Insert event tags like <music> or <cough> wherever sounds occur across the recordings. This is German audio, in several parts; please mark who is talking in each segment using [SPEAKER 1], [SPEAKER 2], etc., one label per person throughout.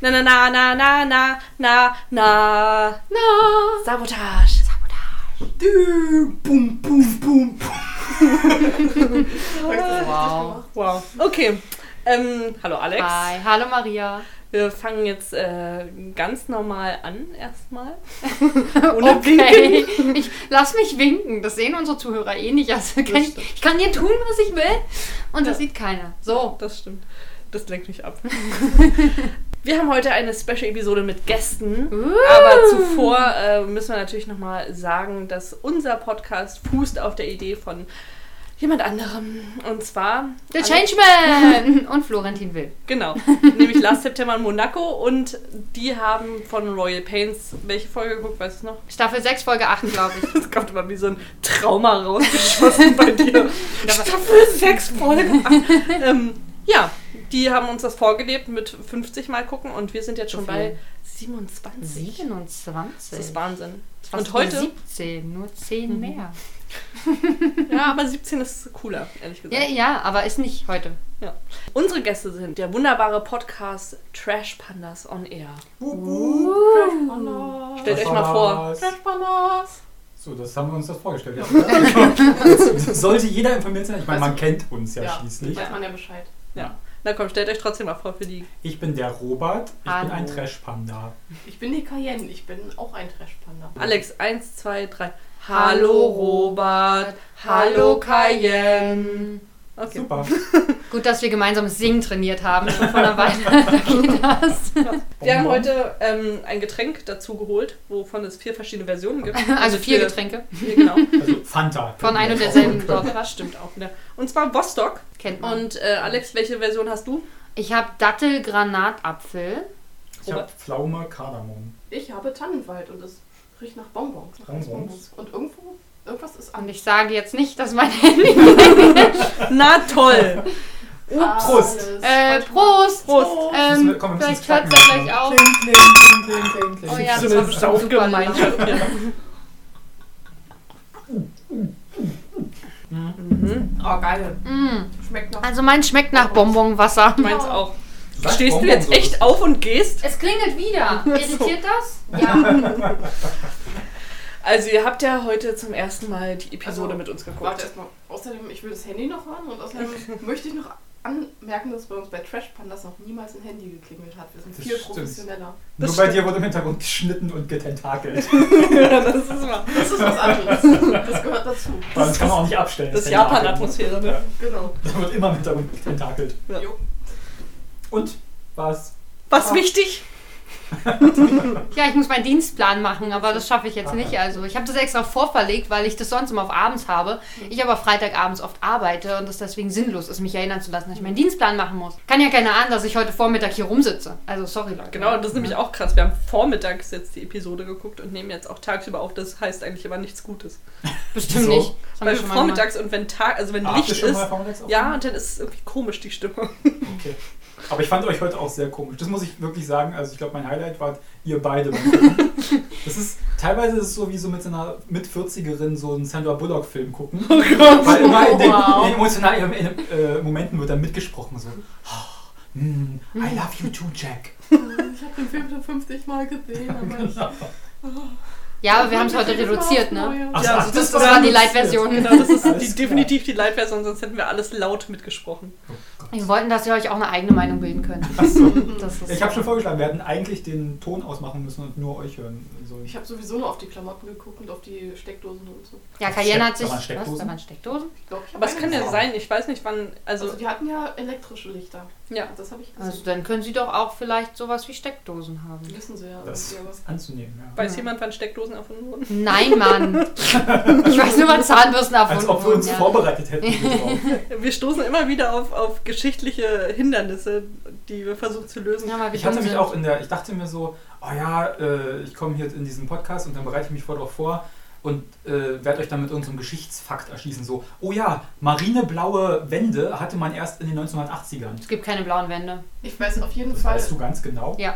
[SPEAKER 1] Na, na, na, na, na, na, na, na, na.
[SPEAKER 2] Sabotage.
[SPEAKER 1] Dü, Bum, bum, bum, bum.
[SPEAKER 2] Wow.
[SPEAKER 1] Wow. Okay. Ähm, hallo Alex.
[SPEAKER 2] Hi. Hallo Maria. <laughs>
[SPEAKER 1] Wir fangen jetzt äh, ganz normal an erstmal.
[SPEAKER 2] okay. Ich lass mich winken. Das sehen unsere Zuhörer eh nicht. Also kann ich, ich kann hier tun, was ich will. Und das sieht keiner. So.
[SPEAKER 1] Das stimmt. Das lenkt mich
[SPEAKER 2] <laughs>
[SPEAKER 1] ab. wir haben heute eine Special-Episode mit Gästen.
[SPEAKER 2] Uh.
[SPEAKER 1] Aber zuvor äh, müssen wir natürlich nochmal sagen, dass unser Podcast fußt auf der Idee von jemand anderem. Und zwar.
[SPEAKER 2] Der Changeman und Florentin Will. <laughs>
[SPEAKER 1] Genau. Nämlich Last September in Monaco. Und die haben von Royal Pains welche Folge geguckt? Weißt du noch?
[SPEAKER 2] Staffel 6, Folge 8, glaube
[SPEAKER 1] <laughs>
[SPEAKER 2] ich.
[SPEAKER 1] Das kommt immer wie so ein Trauma rausgeschossen
[SPEAKER 2] <laughs>
[SPEAKER 1] bei dir. Staffel 6 Folge. ähm, ja, die haben uns das vorgelebt mit 50 Mal gucken und wir sind jetzt schon
[SPEAKER 2] So
[SPEAKER 1] bei
[SPEAKER 2] viel.
[SPEAKER 1] 27.
[SPEAKER 2] 27.
[SPEAKER 1] Das ist Wahnsinn.
[SPEAKER 2] Fast
[SPEAKER 1] und
[SPEAKER 2] nur
[SPEAKER 1] heute,
[SPEAKER 2] 17, nur 10 mehr.
[SPEAKER 1] ja, aber 17 ist cooler, ehrlich gesagt.
[SPEAKER 2] Ja, ja, aber ist nicht heute.
[SPEAKER 1] Ja. Unsere Gäste sind der wunderbare Podcast Trash Pandas on Air. Stellt euch mal vor.
[SPEAKER 3] Trash Pandas.
[SPEAKER 1] Pandas.
[SPEAKER 3] So, das haben wir uns das vorgestellt.
[SPEAKER 1] <laughs>
[SPEAKER 3] Ja. Das Sollte jeder informiert sein. Ich meine,
[SPEAKER 1] Also,
[SPEAKER 3] man kennt uns ja,
[SPEAKER 4] Ja.
[SPEAKER 3] schließlich.
[SPEAKER 4] Weiß man ja Bescheid.
[SPEAKER 1] Ja. Na komm, stellt euch trotzdem mal vor für die.
[SPEAKER 3] Ich bin der Robert. Ich
[SPEAKER 2] Hallo.
[SPEAKER 3] bin ein Trash-Panda.
[SPEAKER 4] Ich bin die Cayenne, ich bin auch ein Trashpanda.
[SPEAKER 1] Alex, 1, 2, 3.
[SPEAKER 2] Hallo,
[SPEAKER 1] Hallo Robert. Hallo Cayenne. Okay. <laughs>
[SPEAKER 3] Super.
[SPEAKER 2] Gut, dass wir gemeinsames Singen trainiert haben. Schon vor einer Weile. <laughs> da geht das.
[SPEAKER 1] Wir haben
[SPEAKER 3] Bonbon.
[SPEAKER 1] heute ähm, ein Getränk dazu geholt, wovon es vier verschiedene Versionen gibt.
[SPEAKER 2] <laughs> Also vier
[SPEAKER 1] wir-
[SPEAKER 2] Getränke
[SPEAKER 1] Ja, Genau.
[SPEAKER 3] Also Fanta.
[SPEAKER 2] von ein und derselben Sorte.
[SPEAKER 1] Das stimmt auch wieder. Und zwar Bostock.
[SPEAKER 2] Kennt man.
[SPEAKER 1] Und äh, Alex, welche Version hast du? <laughs>
[SPEAKER 2] Ich habe Dattel, Granatapfel.
[SPEAKER 3] Ich habe Pflaume,
[SPEAKER 1] Ähm,
[SPEAKER 3] Kardamom.
[SPEAKER 4] Ich habe Tannenwald und es riecht nach Bonbons. nach
[SPEAKER 3] Bonbons?
[SPEAKER 4] Eisbonbons. Und irgendwo, irgendwas ist
[SPEAKER 2] Und
[SPEAKER 4] an.
[SPEAKER 2] ich sage jetzt nicht, dass
[SPEAKER 3] <laughs>
[SPEAKER 2] mein Handy.
[SPEAKER 1] Na toll!
[SPEAKER 3] Prost.
[SPEAKER 4] Alles.
[SPEAKER 2] Äh,
[SPEAKER 4] Manchmal-
[SPEAKER 2] Prost!
[SPEAKER 1] Prost.
[SPEAKER 3] Müssen
[SPEAKER 2] Ähm,
[SPEAKER 3] wir- komm, wir
[SPEAKER 2] vielleicht
[SPEAKER 3] müssen das
[SPEAKER 2] hört es
[SPEAKER 3] Knacken
[SPEAKER 2] gleich auf.
[SPEAKER 3] machen. Kling, kling, kling, kling, kling,
[SPEAKER 2] Oh
[SPEAKER 3] kling.
[SPEAKER 2] ja,
[SPEAKER 1] So
[SPEAKER 2] das
[SPEAKER 1] eine
[SPEAKER 2] war bestimmt super laut.
[SPEAKER 1] Saufgemeinschaft. Ja.
[SPEAKER 2] <laughs>
[SPEAKER 1] Mhm.
[SPEAKER 4] Oh, geil.
[SPEAKER 2] Mm.
[SPEAKER 4] Schmeckt nach.
[SPEAKER 2] Also mein schmeckt nach Bonbonwasser. <laughs>
[SPEAKER 1] Meins auch.
[SPEAKER 3] Sag
[SPEAKER 1] Stehst du
[SPEAKER 3] Bonbon,
[SPEAKER 1] jetzt
[SPEAKER 3] so
[SPEAKER 1] echt auf und gehst?
[SPEAKER 2] Es klingelt
[SPEAKER 3] <laughs>
[SPEAKER 2] wieder. Irritiert das? Ja.
[SPEAKER 1] Also ihr habt ja heute zum ersten Mal die Episode
[SPEAKER 4] Also,
[SPEAKER 1] mit uns geguckt. <laughs>
[SPEAKER 4] Warte erstmal. Außerdem, ich will das Handy noch hören und außerdem <laughs> möchte ich noch anmerken, dass bei uns bei Trashpandas noch niemals ein Handy geklingelt hat. Wir sind
[SPEAKER 3] Das
[SPEAKER 4] viel
[SPEAKER 3] stimmt.
[SPEAKER 4] professioneller.
[SPEAKER 3] Nur
[SPEAKER 1] Das
[SPEAKER 3] bei
[SPEAKER 1] stimmt.
[SPEAKER 3] dir wurde im Hintergrund geschnitten und
[SPEAKER 1] <laughs>
[SPEAKER 3] getentakelt.
[SPEAKER 1] das ist wahr.
[SPEAKER 4] Das ist was anderes. Das gehört dazu.
[SPEAKER 3] Weil Das kann man auch nicht abstellen.
[SPEAKER 1] Das ist
[SPEAKER 3] Tentakel.
[SPEAKER 1] Japan-Atmosphäre, ne?
[SPEAKER 4] Genau.
[SPEAKER 3] Da wird immer im Hintergrund getentakelt.
[SPEAKER 1] Ja.
[SPEAKER 4] Jo.
[SPEAKER 3] Und was?
[SPEAKER 1] Was wichtig?
[SPEAKER 2] ja, ich muss meinen Dienstplan machen, aber das schaffe ich jetzt nicht. Also ich habe das extra vorverlegt, weil ich das sonst immer auf abends habe. Ich aber Freitagabends oft arbeite und es deswegen sinnlos ist, mich erinnern zu lassen, dass ich meinen Dienstplan machen muss. Kann ja keiner ahnen, dass ich heute Vormittag hier rumsitze. Also sorry, Leute.
[SPEAKER 1] Genau, das ist nämlich auch krass. Wir haben vormittags jetzt die Episode geguckt und nehmen jetzt auch tagsüber auf. Das heißt eigentlich aber nichts Gutes.
[SPEAKER 2] Bestimmt
[SPEAKER 3] So.
[SPEAKER 2] nicht. Das haben
[SPEAKER 1] Weil
[SPEAKER 2] wir schon mal gemacht.
[SPEAKER 1] vormittags und wenn Tag, also wenn Licht ist,
[SPEAKER 3] Vormittags
[SPEAKER 1] ja, und dann ist es irgendwie komisch, die
[SPEAKER 2] <laughs>
[SPEAKER 1] Stimme.
[SPEAKER 3] Okay. Aber ich fand euch heute auch sehr komisch. Das muss ich wirklich sagen. Also ich glaube, mein Highlight wart ihr beide. das ist teilweise ist es so wie so mit so einer mit 40erin so einen Sandra Bullock Film gucken. Oh Gott. Weil immer in den, in den emotionalen in, den, äh, Momenten wird dann mitgesprochen so. "Oh, mm, I love you too, Jack.
[SPEAKER 4] Ich habe den Film schon 50 Mal
[SPEAKER 2] <laughs>
[SPEAKER 4] gesehen, aber ich.
[SPEAKER 2] Ja, aber wir haben es heute reduziert, ne?
[SPEAKER 3] Ach,
[SPEAKER 1] Ja,
[SPEAKER 3] ach,
[SPEAKER 1] das
[SPEAKER 2] Das war die Light-Version.
[SPEAKER 1] Genau, das ist
[SPEAKER 3] Alles
[SPEAKER 1] die,
[SPEAKER 3] klar.
[SPEAKER 1] definitiv die Live-Version, sonst hätten wir alles laut mitgesprochen.
[SPEAKER 3] Oh
[SPEAKER 2] Wir wollten, dass ihr euch auch eine eigene Meinung bilden könnt. Das ist
[SPEAKER 3] Ich habe schon vorgeschlagen, wir hätten eigentlich den Ton ausmachen müssen und nur euch hören sollen.
[SPEAKER 4] <laughs> Ich habe sowieso nur auf die Klamotten geguckt und auf die Steckdosen und so.
[SPEAKER 2] ja, Cayenne hat
[SPEAKER 3] Da
[SPEAKER 2] sich.
[SPEAKER 3] waren
[SPEAKER 2] Was? Da
[SPEAKER 3] Steckdosen?
[SPEAKER 2] waren Steckdosen?
[SPEAKER 4] Ich glaube, ich habe
[SPEAKER 1] Aber es kann ja
[SPEAKER 3] Wow.
[SPEAKER 1] sein, ich weiß nicht wann,
[SPEAKER 4] Also,
[SPEAKER 1] also
[SPEAKER 4] die hatten ja elektrische Lichter.
[SPEAKER 1] ja.
[SPEAKER 4] Das habe ich gesehen.
[SPEAKER 2] Also dann können sie doch auch vielleicht sowas wie Steckdosen haben.
[SPEAKER 4] wissen sie ja.
[SPEAKER 3] Das
[SPEAKER 4] irgendwie was.
[SPEAKER 3] ist anzunehmen, ja.
[SPEAKER 1] Weiß
[SPEAKER 2] Ja.
[SPEAKER 1] jemand, wann Steckdosen erfunden wurden?
[SPEAKER 2] Nein, Mann. Ich weiß nur, was Zahnbürsten
[SPEAKER 3] Als
[SPEAKER 2] erfunden
[SPEAKER 3] ob wir uns
[SPEAKER 2] wurden,
[SPEAKER 3] vorbereitet hätten. darauf.
[SPEAKER 1] Wir stoßen immer wieder auf, auf geschichtliche Hindernisse, die wir versuchen zu lösen.
[SPEAKER 2] ja. Ja, weil wir
[SPEAKER 3] Ich hatte
[SPEAKER 2] dumm
[SPEAKER 3] mich
[SPEAKER 2] sind.
[SPEAKER 3] auch in der, ich dachte mir so, oh ja, äh, ich komme hier in diesen Podcast und dann bereite ich mich voll drauf vor und äh, werde euch dann mit unserem Geschichtsfakt erschießen. So, oh ja, marineblaue Wände hatte man erst in den 1980ern.
[SPEAKER 2] Es gibt keine blauen Wände.
[SPEAKER 4] Ich weiß auf jeden
[SPEAKER 3] Das
[SPEAKER 4] Fall.
[SPEAKER 3] weißt du ganz genau.
[SPEAKER 2] Ja.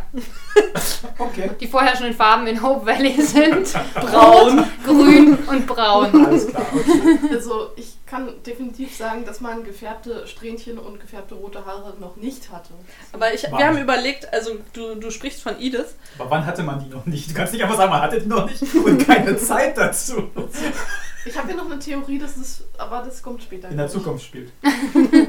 [SPEAKER 3] Okay.
[SPEAKER 2] Die vorherrschenden Farben in Hope Valley <laughs> sind
[SPEAKER 1] Braun.
[SPEAKER 2] Rot, Grün und Braun.
[SPEAKER 3] Alles klar, okay.
[SPEAKER 4] Also ich kann definitiv sagen, dass man gefärbte Strähnchen und gefärbte rote Haare noch nicht hatte.
[SPEAKER 1] Aber ich, wir
[SPEAKER 3] Wahnsinn.
[SPEAKER 1] haben überlegt, also du, du sprichst von Edith.
[SPEAKER 3] Aber wann hatte man die noch nicht? Du kannst nicht einfach sagen, man hatte die noch nicht und keine Zeit dazu.
[SPEAKER 4] Ich habe ja noch eine Theorie, dass es, aber das kommt später.
[SPEAKER 3] In der Zukunft spielt.
[SPEAKER 4] Nein,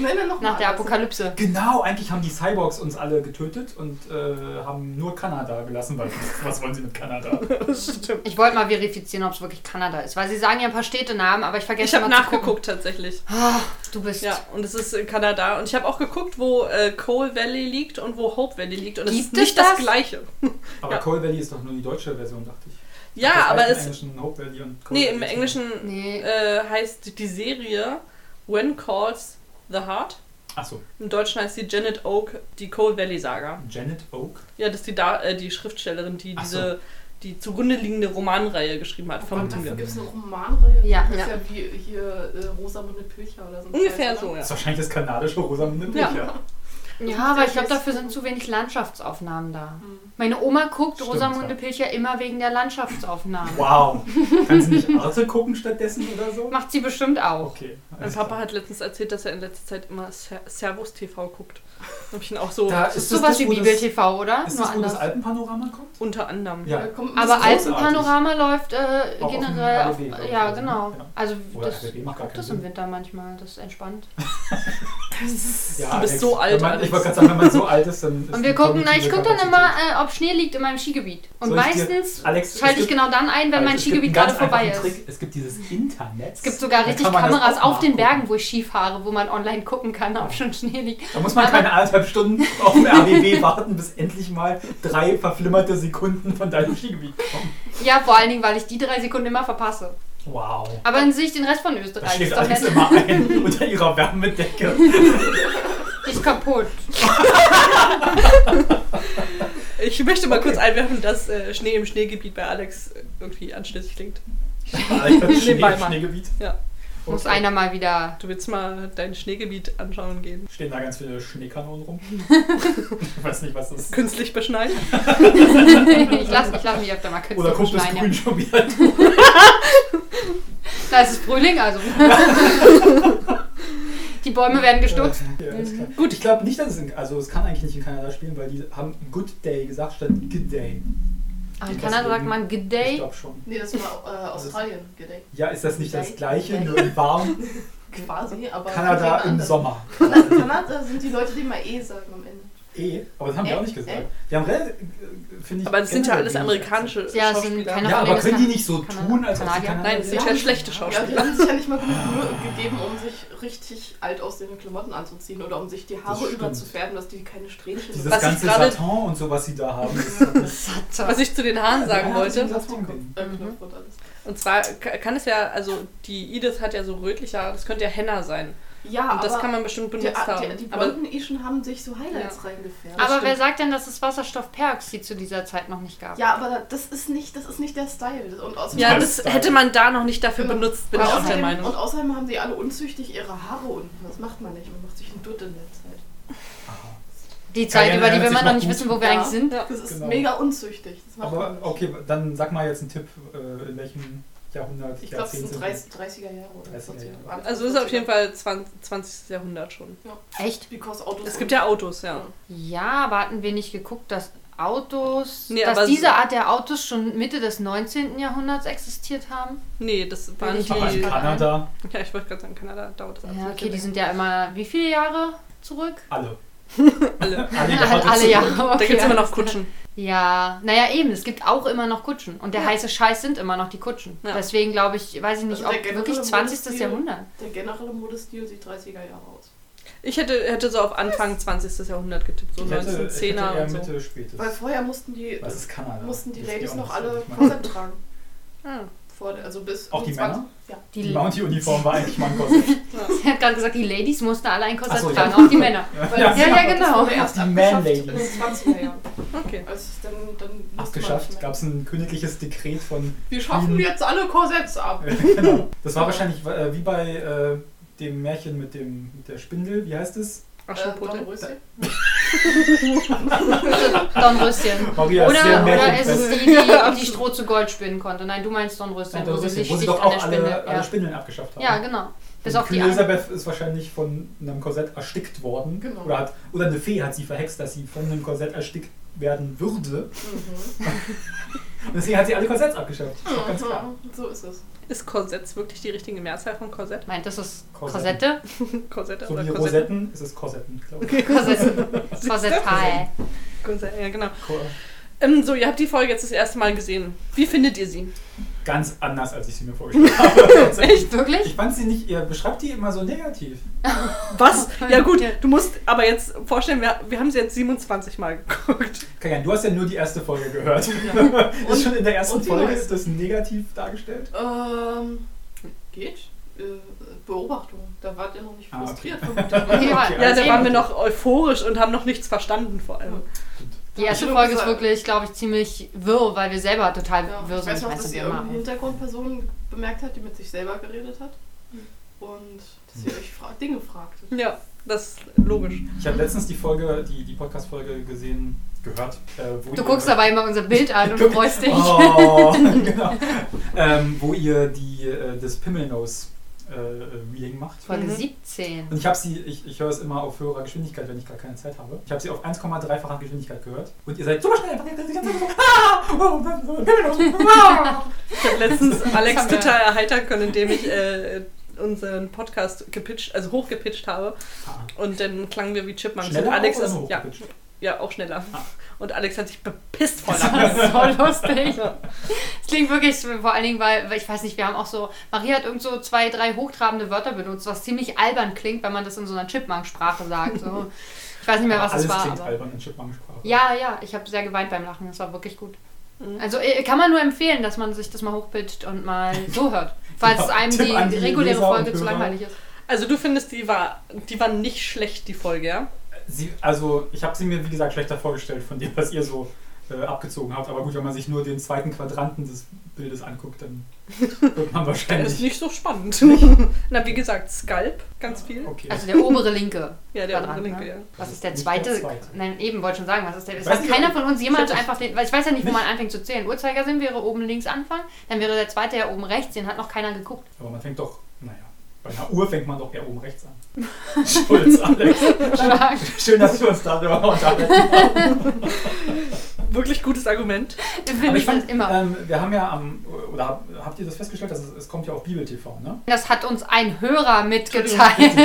[SPEAKER 4] nein, noch
[SPEAKER 2] Nach
[SPEAKER 4] mal Also,
[SPEAKER 2] der
[SPEAKER 4] anders.
[SPEAKER 2] Apokalypse.
[SPEAKER 3] Genau, eigentlich haben die Cyborgs uns alle getötet und äh, haben nur Kanada gelassen, weil was wollen sie mit Kanada?
[SPEAKER 1] Stimmt.
[SPEAKER 2] Ich wollte mal verifizieren, ob es wirklich Kanada ist, weil sie sagen ja ein paar Städtenamen, aber ich vergesse
[SPEAKER 1] Ich habe
[SPEAKER 2] immer zu
[SPEAKER 1] nachgeguckt tatsächlich.
[SPEAKER 2] gucken. Ah, du bist.
[SPEAKER 1] Ja, und es ist in Kanada. Und ich habe auch geguckt, wo äh, Coal Valley liegt und wo Hope Valley liegt. Und es
[SPEAKER 2] Gibt
[SPEAKER 1] ist nicht
[SPEAKER 2] es das?
[SPEAKER 1] das Gleiche.
[SPEAKER 3] Aber
[SPEAKER 1] Ja.
[SPEAKER 3] Coal Valley ist doch nur die deutsche Version, dachte ich.
[SPEAKER 1] Ja,
[SPEAKER 3] Das heißt
[SPEAKER 1] aber
[SPEAKER 3] im
[SPEAKER 1] es.
[SPEAKER 3] Englischen Hope Valley und Coal
[SPEAKER 1] Nee,
[SPEAKER 3] Valley
[SPEAKER 1] im
[SPEAKER 3] ist-
[SPEAKER 1] Englischen
[SPEAKER 2] Nee.
[SPEAKER 1] äh, heißt die Serie When Calls the Heart.
[SPEAKER 3] Ach so,
[SPEAKER 1] Im Deutschen heißt sie Janet Oak, die Coal Valley Saga.
[SPEAKER 3] Janet Oak.
[SPEAKER 1] Ja, das ist die, da äh, die Schriftstellerin, die
[SPEAKER 3] Ach
[SPEAKER 1] diese die zugrunde liegende Romanreihe geschrieben hat.
[SPEAKER 4] Oh Gott,
[SPEAKER 1] vermuten
[SPEAKER 4] dafür
[SPEAKER 1] wir.
[SPEAKER 4] gibt es eine Romanreihe.
[SPEAKER 2] Ja,
[SPEAKER 4] Das ist
[SPEAKER 2] ja.
[SPEAKER 4] ja wie hier äh, Rosamunde Pilcher oder so. ein
[SPEAKER 1] Ungefähr
[SPEAKER 4] Scheiß,
[SPEAKER 1] so,
[SPEAKER 4] oder?
[SPEAKER 1] ja.
[SPEAKER 3] Also Das ist wahrscheinlich das kanadische Rosamunde
[SPEAKER 1] Ja.
[SPEAKER 3] Pilcher.
[SPEAKER 2] Ja, aber ich glaube, dafür sind zu wenig Landschaftsaufnahmen da. Meine Oma guckt
[SPEAKER 3] Mhm. Stimmt,
[SPEAKER 2] Rosamunde
[SPEAKER 3] ja.
[SPEAKER 2] Pilcher immer wegen der Landschaftsaufnahmen.
[SPEAKER 1] <laughs>
[SPEAKER 3] Wow. Kannst du nicht Arte gucken stattdessen oder so?
[SPEAKER 2] Macht sie bestimmt auch.
[SPEAKER 3] Okay.
[SPEAKER 1] Mein
[SPEAKER 3] alles
[SPEAKER 1] Papa
[SPEAKER 3] klar.
[SPEAKER 1] hat letztens erzählt, dass er in letzter Zeit immer Ser Servus TV guckt. Da hab ich ihn auch so
[SPEAKER 3] Da
[SPEAKER 2] Das ist
[SPEAKER 3] das
[SPEAKER 2] sowas
[SPEAKER 3] das,
[SPEAKER 2] wie
[SPEAKER 3] wo das-
[SPEAKER 2] Bibel TV, oder?
[SPEAKER 3] Ist
[SPEAKER 2] Nur
[SPEAKER 3] das, wo das
[SPEAKER 2] anders.
[SPEAKER 3] Alpenpanorama kommt?
[SPEAKER 1] unter anderem.
[SPEAKER 4] Da kommt ein
[SPEAKER 2] aber
[SPEAKER 4] bisschen-
[SPEAKER 3] großartig.
[SPEAKER 2] Alpenpanorama läuft äh,
[SPEAKER 3] Auch auf dem
[SPEAKER 2] generell auf,
[SPEAKER 3] RBB, glaub ich,
[SPEAKER 2] ja
[SPEAKER 3] oder so,
[SPEAKER 2] genau.
[SPEAKER 3] ne? Ja.
[SPEAKER 2] Also
[SPEAKER 3] Oder
[SPEAKER 2] das
[SPEAKER 3] RBB macht gar keinen
[SPEAKER 2] das im
[SPEAKER 3] Sinn.
[SPEAKER 2] Winter manchmal, das ist entspannt.
[SPEAKER 3] Ja,
[SPEAKER 1] du bist so alt,
[SPEAKER 3] Wenn man,
[SPEAKER 1] Alex.
[SPEAKER 3] ich wollte gerade sagen, wenn man so alt ist, dann ist
[SPEAKER 2] Und
[SPEAKER 3] die
[SPEAKER 2] wir gucken, nein, ich
[SPEAKER 3] kognitive
[SPEAKER 2] gucke dann
[SPEAKER 3] Kapazität-
[SPEAKER 2] immer, äh, ob Schnee liegt in meinem Skigebiet. Und
[SPEAKER 3] Soll ich dir-
[SPEAKER 2] meistens
[SPEAKER 3] Alex, es
[SPEAKER 2] schalte ich
[SPEAKER 3] gibt-
[SPEAKER 2] genau dann ein, wenn mein
[SPEAKER 3] Alex, es gibt einen
[SPEAKER 2] Skigebiet
[SPEAKER 3] ganz
[SPEAKER 2] gerade vorbei ist.
[SPEAKER 3] einfachen Trick. Es gibt dieses Internet.
[SPEAKER 2] Es gibt sogar
[SPEAKER 3] Da
[SPEAKER 2] richtig
[SPEAKER 3] kann man das
[SPEAKER 2] Kameras
[SPEAKER 3] auch
[SPEAKER 2] auf den
[SPEAKER 3] nachgucken.
[SPEAKER 2] Bergen, wo ich Ski fahre, wo man online gucken kann, ob schon Schnee liegt.
[SPEAKER 3] Da muss man keine anderthalb Stunden auf
[SPEAKER 2] <laughs>
[SPEAKER 3] dem RBB warten, bis endlich mal drei verflimmerte Sekunden von deinem Skigebiet kommen.
[SPEAKER 2] Ja, vor allen Dingen, weil ich die drei Sekunden immer verpasse.
[SPEAKER 3] Wow.
[SPEAKER 2] Aber dann sehe ich den Rest von
[SPEAKER 3] Da
[SPEAKER 2] Österreich.
[SPEAKER 3] schläft
[SPEAKER 2] Ist doch
[SPEAKER 3] Alex
[SPEAKER 2] nett. <laughs>
[SPEAKER 3] immer ein <laughs> unter ihrer Wärmedecke.
[SPEAKER 2] Ist kaputt.
[SPEAKER 1] Ich möchte mal kurz einwerfen, dass äh, Schnee im Schneegebiet bei Alex äh, irgendwie anschließend klingt.
[SPEAKER 3] Alex, Schnee,
[SPEAKER 1] Nebenbei mal.
[SPEAKER 3] Schneegebiet.
[SPEAKER 1] Ja.
[SPEAKER 2] Muss
[SPEAKER 3] Okay.
[SPEAKER 2] einer mal
[SPEAKER 3] <laughs>
[SPEAKER 2] wieder.
[SPEAKER 1] Du willst mal dein Schneegebiet anschauen gehen.
[SPEAKER 3] Stehen da ganz viele Schneekanonen rum. ich weiß nicht, was das ist.
[SPEAKER 1] Künstlich beschneiden.
[SPEAKER 2] ich lasse ich lass mich öfter mal
[SPEAKER 3] Oder
[SPEAKER 2] künstlich
[SPEAKER 3] kommt das
[SPEAKER 2] beschneiden.
[SPEAKER 3] Grün schon wieder?
[SPEAKER 2] Da ist es Frühling,
[SPEAKER 3] <laughs>
[SPEAKER 2] also. die Bäume werden gestutzt.
[SPEAKER 3] Ja, alles klar. Gut, ich glaube nicht, dass es in, also es kann eigentlich nicht in Kanada spielen, weil die haben Good Day gesagt statt Good Day.
[SPEAKER 2] Aber in Kanada sagt man Good
[SPEAKER 3] Ich
[SPEAKER 2] Day.
[SPEAKER 3] glaube schon.
[SPEAKER 4] Nee, das war äh, Australien gedeckt.
[SPEAKER 3] Ja, ist das nicht das
[SPEAKER 4] Day.
[SPEAKER 3] gleiche,
[SPEAKER 4] Day.
[SPEAKER 3] nur in warm
[SPEAKER 4] Quasi, aber.
[SPEAKER 3] Kanada im
[SPEAKER 4] anders.
[SPEAKER 3] Sommer?
[SPEAKER 4] Kanada Kanada sind die Leute, die mal eh sagen am Ende.
[SPEAKER 3] Eh, aber das haben die
[SPEAKER 4] Eh,
[SPEAKER 3] auch nicht gesagt.
[SPEAKER 4] eh.
[SPEAKER 3] Die haben relativ, äh, finde ich.
[SPEAKER 1] Aber das sind ja
[SPEAKER 3] generell
[SPEAKER 1] alles
[SPEAKER 3] wenig
[SPEAKER 1] amerikanische
[SPEAKER 2] Ja, es sind
[SPEAKER 1] Schauspieler.
[SPEAKER 2] keine-
[SPEAKER 3] Akzente. Ja, aber
[SPEAKER 2] Kanadier.
[SPEAKER 3] können die nicht so
[SPEAKER 2] Kanadier.
[SPEAKER 3] tun, als ob sie
[SPEAKER 2] Kanadier.
[SPEAKER 3] Kanadier
[SPEAKER 1] Nein, es sind
[SPEAKER 3] wären?
[SPEAKER 1] ja schlechte
[SPEAKER 4] Ja, die
[SPEAKER 1] Schauspieler.
[SPEAKER 4] haben sich ja nicht mal genug Mühe gegeben, um sich richtig alt aussehende Klamotten anzuziehen oder um sich die
[SPEAKER 3] Das
[SPEAKER 4] Haare
[SPEAKER 3] stimmt.
[SPEAKER 4] überzufärben, dass die keine Strähnchen
[SPEAKER 3] Dieses
[SPEAKER 1] Was ich
[SPEAKER 3] ganze
[SPEAKER 1] gerade-
[SPEAKER 3] Satin und so, was sie da haben.
[SPEAKER 1] <laughs> Was ich zu den Haaren sagen
[SPEAKER 3] Ja,
[SPEAKER 1] wollte,
[SPEAKER 3] das ist ein Satin-Ding.
[SPEAKER 1] Mhm.
[SPEAKER 4] Äh, Knopf und alles.
[SPEAKER 1] und zwar k- kann es ja, also die Edith hat ja so rötliche Haare, das könnte ja Henna sein.
[SPEAKER 4] Ja,
[SPEAKER 1] Und das
[SPEAKER 4] aber
[SPEAKER 1] kann man bestimmt
[SPEAKER 4] die,
[SPEAKER 1] benutzt
[SPEAKER 4] die,
[SPEAKER 1] haben.
[SPEAKER 4] die
[SPEAKER 1] aber
[SPEAKER 4] blonden Ischen haben sich so Highlights reingefärbt.
[SPEAKER 2] Aber wer
[SPEAKER 1] stimmt.
[SPEAKER 2] sagt denn, dass es Wasserstoffperoxid zu dieser Zeit noch nicht gab?
[SPEAKER 4] ja, aber das ist nicht, das ist nicht der Style. Und außerdem,
[SPEAKER 1] ja,
[SPEAKER 3] Als
[SPEAKER 1] das
[SPEAKER 3] Style.
[SPEAKER 1] hätte man da noch nicht dafür
[SPEAKER 4] Genau.
[SPEAKER 1] benutzt, bin
[SPEAKER 4] und,
[SPEAKER 1] ich auch der
[SPEAKER 4] außerdem, und
[SPEAKER 1] Meinung.
[SPEAKER 4] außerdem haben sie alle unzüchtig ihre Haare unten. Das macht man nicht. Man macht sich einen Dutt in der Zeit.
[SPEAKER 2] Die Zeit,
[SPEAKER 3] ja,
[SPEAKER 2] über die
[SPEAKER 3] ja,
[SPEAKER 2] wir
[SPEAKER 3] das
[SPEAKER 2] immer noch
[SPEAKER 3] ist noch
[SPEAKER 2] nicht
[SPEAKER 3] gut.
[SPEAKER 2] wissen, wo wir
[SPEAKER 4] Ja.
[SPEAKER 2] eigentlich sind.
[SPEAKER 4] Das ist
[SPEAKER 3] Genau.
[SPEAKER 4] mega unzüchtig. Das macht man
[SPEAKER 3] Aber
[SPEAKER 4] nicht.
[SPEAKER 3] okay, dann sag mal jetzt einen Tipp, äh, in welchem Jahrhundert,
[SPEAKER 4] Ich glaube, es
[SPEAKER 3] Jahrzehnt sind
[SPEAKER 4] sind 30, 30er Jahre oder
[SPEAKER 3] 30er
[SPEAKER 4] 40er
[SPEAKER 3] Jahre.
[SPEAKER 4] Jahre.
[SPEAKER 1] Also ist auf jeden Fall 20. 20. Jahrhundert schon.
[SPEAKER 2] Echt?
[SPEAKER 4] Because Autos
[SPEAKER 1] Es gibt ja Autos, ja.
[SPEAKER 2] Ja, aber hatten wir nicht geguckt, dass Autos,
[SPEAKER 1] Nee, aber
[SPEAKER 2] dass
[SPEAKER 1] so-
[SPEAKER 2] diese Art der Autos schon Mitte des 19. Jahrhunderts existiert haben?
[SPEAKER 1] Nee, das waren
[SPEAKER 2] ich
[SPEAKER 1] die.
[SPEAKER 3] die Aber in
[SPEAKER 2] Kanada.
[SPEAKER 3] also Kanada
[SPEAKER 1] Ja, ich wollte gerade sagen, Kanada dauert das
[SPEAKER 2] Ja,
[SPEAKER 1] absolut
[SPEAKER 2] okay, die
[SPEAKER 1] länger.
[SPEAKER 2] sind ja immer wie viele Jahre zurück?
[SPEAKER 3] alle.
[SPEAKER 4] <laughs>
[SPEAKER 3] Ah,
[SPEAKER 1] alle.
[SPEAKER 3] Alle,
[SPEAKER 2] Ja, <laughs>
[SPEAKER 3] Jahre
[SPEAKER 2] alle
[SPEAKER 3] zurück.
[SPEAKER 2] Jahre.
[SPEAKER 1] Da
[SPEAKER 2] Okay.
[SPEAKER 1] gibt es immer noch Kutschen.
[SPEAKER 2] Ja, naja, eben, es gibt auch immer noch Kutschen. Und der heiße Scheiß sind immer noch die Kutschen.
[SPEAKER 1] Ja.
[SPEAKER 2] Deswegen glaube ich, weiß ich nicht,
[SPEAKER 4] Also der
[SPEAKER 2] ob
[SPEAKER 4] generelle
[SPEAKER 2] wirklich 20.
[SPEAKER 4] Modestil-
[SPEAKER 2] Jahrhundert.
[SPEAKER 4] Der generelle Modestil sieht 30er Jahre aus.
[SPEAKER 1] Ich hätte, hätte so auf Anfang 20. Jahrhundert getippt, so
[SPEAKER 3] Ich hätte, ich hätte
[SPEAKER 1] 1910er
[SPEAKER 3] eher
[SPEAKER 1] und so.
[SPEAKER 3] Mitte spätes.
[SPEAKER 4] Weil vorher mussten die, äh,
[SPEAKER 3] Was ist Kanada?
[SPEAKER 4] mussten die
[SPEAKER 3] Das geht
[SPEAKER 4] Ladies
[SPEAKER 3] auch
[SPEAKER 4] noch
[SPEAKER 3] nicht
[SPEAKER 4] alle
[SPEAKER 3] so. Ich meine,
[SPEAKER 4] Korsett tragen.
[SPEAKER 1] Ah.
[SPEAKER 4] Vor der, also bis
[SPEAKER 3] Auch die
[SPEAKER 4] 20
[SPEAKER 3] Männer? <laughs>
[SPEAKER 4] Ja.
[SPEAKER 2] <laughs>
[SPEAKER 3] Die Mountie-Uniform war eigentlich
[SPEAKER 4] <laughs>
[SPEAKER 3] mein Korsett.
[SPEAKER 2] Sie hat gerade gesagt, die Ladies mussten alle ein Korsett
[SPEAKER 3] Ach so, ja.
[SPEAKER 2] tragen, auch die Männer.
[SPEAKER 3] <laughs>
[SPEAKER 4] Weil
[SPEAKER 3] Ja,
[SPEAKER 4] das-
[SPEAKER 2] ja,
[SPEAKER 4] aber
[SPEAKER 2] genau.
[SPEAKER 4] Das wurde erst
[SPEAKER 3] Die
[SPEAKER 4] abgeschafft in
[SPEAKER 3] Man-Ladies.
[SPEAKER 4] den
[SPEAKER 3] <laughs>
[SPEAKER 4] 20er Jahren.
[SPEAKER 1] Okay.
[SPEAKER 4] Also es ist dann, dann musste man
[SPEAKER 3] Abgeschafft, Hm.
[SPEAKER 4] nicht
[SPEAKER 3] gab
[SPEAKER 4] mehr.
[SPEAKER 3] es ein königliches Dekret von.
[SPEAKER 4] Wir schaffen jetzt alle Korsetts ab.
[SPEAKER 3] <laughs> äh, genau. Das war wahrscheinlich äh, wie bei äh, dem Märchen mit, dem, mit der Spindel, wie heißt es?
[SPEAKER 4] Äh,
[SPEAKER 1] Aschenputtel.
[SPEAKER 4] Dornröschen?
[SPEAKER 2] Dornröschen.
[SPEAKER 3] Maria ist sehr
[SPEAKER 2] Oder, oder ist
[SPEAKER 3] märchenfest.
[SPEAKER 2] es die, die, die Stroh zu Gold spinnen konnte? Nein, du meinst Dornröschen,
[SPEAKER 3] Nein,
[SPEAKER 2] wo sie
[SPEAKER 3] Dornröschen,
[SPEAKER 2] sich
[SPEAKER 3] wo sie
[SPEAKER 2] sticht
[SPEAKER 3] doch
[SPEAKER 2] an der
[SPEAKER 3] auch
[SPEAKER 2] Spinne.
[SPEAKER 3] alle, alle
[SPEAKER 2] ja.
[SPEAKER 3] Spindeln abgeschafft haben.
[SPEAKER 2] ja, genau. Bis
[SPEAKER 3] Und
[SPEAKER 2] auf die
[SPEAKER 3] Queen
[SPEAKER 2] eine.
[SPEAKER 3] Elisabeth ist wahrscheinlich von einem Korsett erstickt worden.
[SPEAKER 4] Genau.
[SPEAKER 3] Oder, hat, oder eine Fee hat sie verhext, dass sie von einem Korsett erstickt werden würde.
[SPEAKER 4] Mhm.
[SPEAKER 3] Und deswegen hat sie alle Korsetts abgeschafft. Ist doch ganz klar.
[SPEAKER 4] Mhm. <laughs> So ist es.
[SPEAKER 1] Ist Korsett wirklich die richtige Mehrzahl von Korsett? <laughs>
[SPEAKER 2] Meint, das ist
[SPEAKER 3] Korsette.
[SPEAKER 2] Korsette?
[SPEAKER 3] <laughs>
[SPEAKER 1] Korsette
[SPEAKER 3] So
[SPEAKER 1] oder
[SPEAKER 3] wie
[SPEAKER 1] Korsett?
[SPEAKER 3] Rosetten ist es Korsetten, glaube ich.
[SPEAKER 2] Korsette.
[SPEAKER 3] <laughs>
[SPEAKER 2] Korsettal.
[SPEAKER 1] Korsett, ja genau.
[SPEAKER 3] Ko-
[SPEAKER 1] Ähm, so, ihr habt die Folge jetzt das erste Mal gesehen. Wie findet ihr sie?
[SPEAKER 3] Ganz anders, als ich sie mir vorgestellt
[SPEAKER 2] <laughs>
[SPEAKER 3] habe.
[SPEAKER 1] Echt?
[SPEAKER 2] Wirklich?
[SPEAKER 3] Ich fand sie nicht, ihr beschreibt die immer so negativ.
[SPEAKER 1] Was? Ja gut,
[SPEAKER 2] Oh, Ja.
[SPEAKER 1] du musst aber jetzt vorstellen, wir, wir haben sie jetzt 27 Mal <laughs> geguckt.
[SPEAKER 3] Kajan, du hast ja nur die erste Folge gehört. <laughs>
[SPEAKER 4] Und-
[SPEAKER 3] ist schon in der ersten
[SPEAKER 4] und die
[SPEAKER 3] Folge
[SPEAKER 4] neueste.
[SPEAKER 3] ist das negativ dargestellt?
[SPEAKER 4] Ähm, geht. Äh, Beobachtung. Da wart ihr noch nicht
[SPEAKER 3] Ah,
[SPEAKER 4] frustriert.
[SPEAKER 3] <laughs>
[SPEAKER 2] Okay,
[SPEAKER 4] vermutlich.
[SPEAKER 1] Ja, da
[SPEAKER 2] eben.
[SPEAKER 1] waren wir noch euphorisch und haben noch nichts verstanden vor allem.
[SPEAKER 2] Die erste Folge
[SPEAKER 3] halt
[SPEAKER 2] ist wirklich, glaube ich, ziemlich wirr, weil wir selber total
[SPEAKER 4] Ja,
[SPEAKER 2] wirr
[SPEAKER 4] ich
[SPEAKER 2] sind.
[SPEAKER 4] weiß noch,
[SPEAKER 2] Ich weiß
[SPEAKER 4] dass
[SPEAKER 2] nicht,
[SPEAKER 4] ihr
[SPEAKER 2] immer.
[SPEAKER 4] irgendeine Hintergrundperson bemerkt habt, die mit sich selber geredet hat. Und dass ihr euch fra Dinge fragt.
[SPEAKER 1] Ja, das ist logisch.
[SPEAKER 3] Ich habe letztens die Folge, die, die Podcast-Folge gesehen, gehört. Äh, wo
[SPEAKER 2] Du
[SPEAKER 3] ihr-
[SPEAKER 2] guckst dabei immer unser Bild an und
[SPEAKER 3] <laughs> Guck-
[SPEAKER 2] freust dich.
[SPEAKER 3] Oh, genau. ähm, wo ihr die, äh, das Pimmelnose äh, Reading macht.
[SPEAKER 2] Folge
[SPEAKER 4] <laughs>
[SPEAKER 1] Mhm.
[SPEAKER 2] 17.
[SPEAKER 3] Und ich habe sie, ich, ich höre es immer auf höherer Geschwindigkeit, wenn ich gar keine Zeit habe. Ich habe sie auf 1,3-facher Geschwindigkeit gehört. Und ihr seid super schnell. die ganze Zeit so, Ah! Oh, Pimmelnose! Ah!
[SPEAKER 1] Ich habe
[SPEAKER 2] <laughs>
[SPEAKER 1] letztens Alex
[SPEAKER 2] haben wir-
[SPEAKER 1] total erheitern können, indem ich äh, unseren Podcast gepitcht, also hochgepitcht habe. Und dann klangen wir wie Chipmunks.
[SPEAKER 3] Schneller
[SPEAKER 1] und Alex
[SPEAKER 3] auch oder
[SPEAKER 1] ist
[SPEAKER 3] nur
[SPEAKER 1] ja,
[SPEAKER 3] hochgepitcht?
[SPEAKER 1] ja auch schneller.
[SPEAKER 3] Ah.
[SPEAKER 1] Und Alex hat sich bepisst vor
[SPEAKER 3] <laughs>
[SPEAKER 2] Das
[SPEAKER 1] Lachen.
[SPEAKER 2] ist so lustig. Es klingt wirklich, vor allen Dingen, weil, weil ich weiß nicht, wir haben auch so, Maria hat irgend so zwei, drei hochtrabende Wörter benutzt, was ziemlich albern klingt, wenn man das in so einer Chipmunk-Sprache sagt. So. Ich weiß nicht mehr, was
[SPEAKER 3] Alles
[SPEAKER 2] das war.
[SPEAKER 3] klingt
[SPEAKER 2] aber-
[SPEAKER 3] albern in Chipmunk-Sprache.
[SPEAKER 2] Ja, ja, ich habe sehr geweint beim Lachen, das war wirklich gut.
[SPEAKER 1] Mhm.
[SPEAKER 2] Also äh, kann man nur empfehlen, dass man sich das mal hochpitcht und mal so
[SPEAKER 3] <laughs>
[SPEAKER 2] hört, falls
[SPEAKER 3] Ja,
[SPEAKER 2] einem
[SPEAKER 3] Tipp
[SPEAKER 2] die
[SPEAKER 3] an die
[SPEAKER 2] reguläre
[SPEAKER 3] Leser und
[SPEAKER 2] Folge zu
[SPEAKER 3] Hörer.
[SPEAKER 2] langweilig ist.
[SPEAKER 1] Also du findest, die war, die war nicht schlecht, die Folge, ja?
[SPEAKER 3] Sie, also ich habe sie mir, wie gesagt, schlechter vorgestellt von dem, was ihr so äh, abgezogen habt. Aber gut, wenn man sich nur den zweiten Quadranten des Bildes anguckt, dann wird man
[SPEAKER 1] Der ist
[SPEAKER 2] <laughs>
[SPEAKER 3] wahrscheinlich...
[SPEAKER 1] nicht so spannend.
[SPEAKER 3] <laughs>
[SPEAKER 1] Na, wie gesagt, Skalp, ganz viel.
[SPEAKER 3] Ah, Okay.
[SPEAKER 2] Also der obere
[SPEAKER 3] <laughs>
[SPEAKER 2] Linke.
[SPEAKER 1] Ja, der
[SPEAKER 2] Quadrant,
[SPEAKER 1] obere linke,
[SPEAKER 2] ne?
[SPEAKER 1] ja.
[SPEAKER 2] Was ist der
[SPEAKER 3] Nicht
[SPEAKER 2] zweite?
[SPEAKER 3] der zweite.
[SPEAKER 2] Nein, eben wollte schon sagen, was ist der. Es
[SPEAKER 3] Weiß
[SPEAKER 2] hat
[SPEAKER 3] nicht,
[SPEAKER 2] keiner
[SPEAKER 3] ob-
[SPEAKER 2] von uns jemals
[SPEAKER 3] ich hab
[SPEAKER 2] einfach den. Weil ich weiß ja nicht, wo
[SPEAKER 3] Nicht.
[SPEAKER 2] man anfängt zu zählen. Uhrzeigersinn wäre oben links anfangen, dann wäre der zweite ja oben rechts, den hat noch keiner geguckt.
[SPEAKER 3] <laughs> Aber man fängt doch, naja, bei einer Uhr fängt man doch eher oben rechts an. <laughs>
[SPEAKER 2] <laughs>
[SPEAKER 3] Schulz, Alex.
[SPEAKER 2] Stark.
[SPEAKER 3] Schön, dass wir uns darüber unterhalten haben.
[SPEAKER 1] Wirklich gutes Argument.
[SPEAKER 2] Für mich fand immer.
[SPEAKER 3] ähm, wir haben ja am, oder hab, habt ihr das festgestellt, dass es, es kommt ja auf Bibel-TV,
[SPEAKER 2] <laughs>
[SPEAKER 3] ne?
[SPEAKER 2] Das hat uns ein Hörer <laughs> mitgeteilt.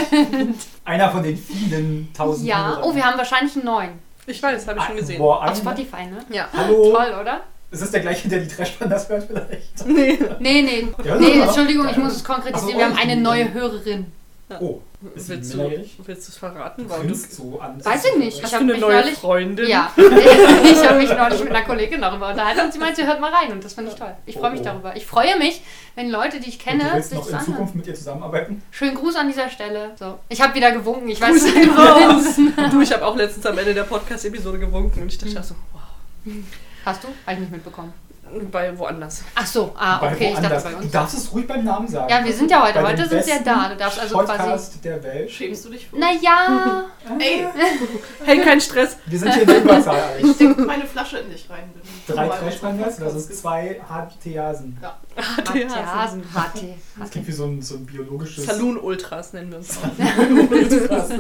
[SPEAKER 3] Einer von den vielen tausend
[SPEAKER 2] Ja.
[SPEAKER 3] Hörern. Ah,
[SPEAKER 2] Oh, wir haben wahrscheinlich einen neuen.
[SPEAKER 1] Ich weiß, habe ich schon gesehen.
[SPEAKER 3] Boah,
[SPEAKER 2] Auf
[SPEAKER 3] ein- Oh.
[SPEAKER 2] Spotify, ne?
[SPEAKER 1] Ja.
[SPEAKER 3] <laughs> Hallo,
[SPEAKER 2] Toll, oder?
[SPEAKER 3] ist das der gleiche, der die Trash-Pandas hört vielleicht?
[SPEAKER 1] <laughs> Nee.
[SPEAKER 2] Nee, nee.
[SPEAKER 3] Ja,
[SPEAKER 2] Nee,
[SPEAKER 3] super.
[SPEAKER 2] Entschuldigung, ich
[SPEAKER 3] Geil.
[SPEAKER 2] muss es konkretisieren.
[SPEAKER 3] Ach so,
[SPEAKER 2] Wir haben eine
[SPEAKER 3] oh,
[SPEAKER 2] neue
[SPEAKER 3] okay.
[SPEAKER 2] Hörerin.
[SPEAKER 3] Oh, ist sie
[SPEAKER 1] Willst du
[SPEAKER 3] minderjährig?
[SPEAKER 1] willst du es verraten?
[SPEAKER 3] Du
[SPEAKER 1] Warum du-
[SPEAKER 3] grinst so an.
[SPEAKER 2] Weiß ich nicht.
[SPEAKER 1] Hast
[SPEAKER 2] Ich
[SPEAKER 1] du
[SPEAKER 2] hab
[SPEAKER 1] eine
[SPEAKER 2] mich
[SPEAKER 1] neue
[SPEAKER 2] neulich-
[SPEAKER 1] Freundin?
[SPEAKER 2] Ja,
[SPEAKER 3] <laughs>
[SPEAKER 2] ich habe mich neulich mit einer Kollegin darüber unterhalten und sie meinte, sie hört mal rein und das finde ich toll. Ich freue mich
[SPEAKER 3] Oh, oh.
[SPEAKER 2] darüber. Ich freue mich, wenn Leute, die ich
[SPEAKER 3] Und
[SPEAKER 2] kenne,
[SPEAKER 3] du willst
[SPEAKER 2] sich
[SPEAKER 3] noch
[SPEAKER 2] das
[SPEAKER 3] in
[SPEAKER 2] anhören.
[SPEAKER 3] Zukunft mit ihr zusammenarbeiten?
[SPEAKER 2] Schönen Gruß an dieser Stelle. So, ich habe wieder gewunken. Ich weiß
[SPEAKER 1] Grüße
[SPEAKER 2] nicht,
[SPEAKER 1] gehen raus!
[SPEAKER 2] was
[SPEAKER 1] du, ich habe auch letztens am Ende der Podcast-Episode gewunken und ich dachte
[SPEAKER 2] Mhm.
[SPEAKER 1] auch so,
[SPEAKER 2] Hast du? Habe ich nicht mitbekommen.
[SPEAKER 1] wow, bei woanders.
[SPEAKER 2] Ach so, ah,
[SPEAKER 3] Bei
[SPEAKER 2] okay, ich dachte
[SPEAKER 3] woanders.
[SPEAKER 2] bei
[SPEAKER 3] Du
[SPEAKER 2] uns.
[SPEAKER 3] darfst es ruhig beim Namen sagen.
[SPEAKER 2] Ja, wir sind ja heute.
[SPEAKER 3] Bei
[SPEAKER 2] heute
[SPEAKER 3] dem
[SPEAKER 2] sind sie ja
[SPEAKER 3] besten
[SPEAKER 2] da. Du darfst also quasi.
[SPEAKER 3] Podcast der Welt.
[SPEAKER 4] Schämst du dich
[SPEAKER 3] <laughs>
[SPEAKER 4] für
[SPEAKER 2] Naja,
[SPEAKER 4] Ey,
[SPEAKER 1] Hey, kein Stress.
[SPEAKER 3] Wir sind hier in der Überzahl,
[SPEAKER 2] <laughs>
[SPEAKER 3] Alex.
[SPEAKER 4] ich denk meine Flasche in dich rein. Bin.
[SPEAKER 3] Drei Trash-Pandas, das sind zwei Hartheasen.
[SPEAKER 2] Hasen, HT.
[SPEAKER 3] Das klingt wie so ein, so ein biologisches...
[SPEAKER 1] Saloon-Ultras nennen wir uns.
[SPEAKER 3] Ultras.
[SPEAKER 4] <laughs>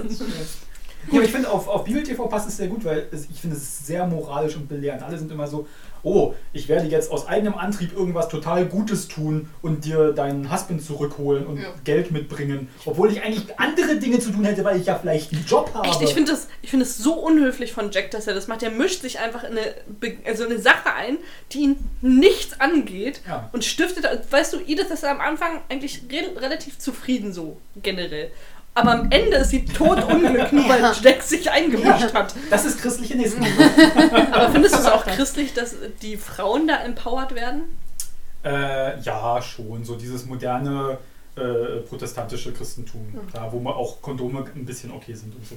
[SPEAKER 3] Ja, aber ich finde, auf, auf Bibel TV passt es sehr gut, weil es, ich finde, es ist sehr moralisch und belehrend. Alle sind immer so, oh, ich werde jetzt aus eigenem Antrieb irgendwas total Gutes tun und dir deinen Husband zurückholen und
[SPEAKER 4] Ja.
[SPEAKER 3] Geld mitbringen, obwohl ich eigentlich andere Dinge zu tun hätte, weil ich ja vielleicht einen Job habe.
[SPEAKER 1] Echt, ich finde das, ich find das so unhöflich von Jack, dass er das macht. Er mischt sich einfach in eine, Be- also eine Sache ein, die ihn nichts angeht
[SPEAKER 3] Ja.
[SPEAKER 1] und stiftet. Weißt du, Edith ist am Anfang eigentlich re relativ zufrieden, so generell. Aber am Ende ist sie totunglück, nur weil Jack sich eingemischt hat.
[SPEAKER 3] das ist christliche Nächstenliebe.
[SPEAKER 4] Mhm.
[SPEAKER 1] Aber findest du es auch christlich, dass die Frauen da empowered werden?
[SPEAKER 3] <laughs> Äh, ja, schon. So dieses moderne äh, protestantische Christentum, da wo man auch Kondome ein bisschen okay sind und so.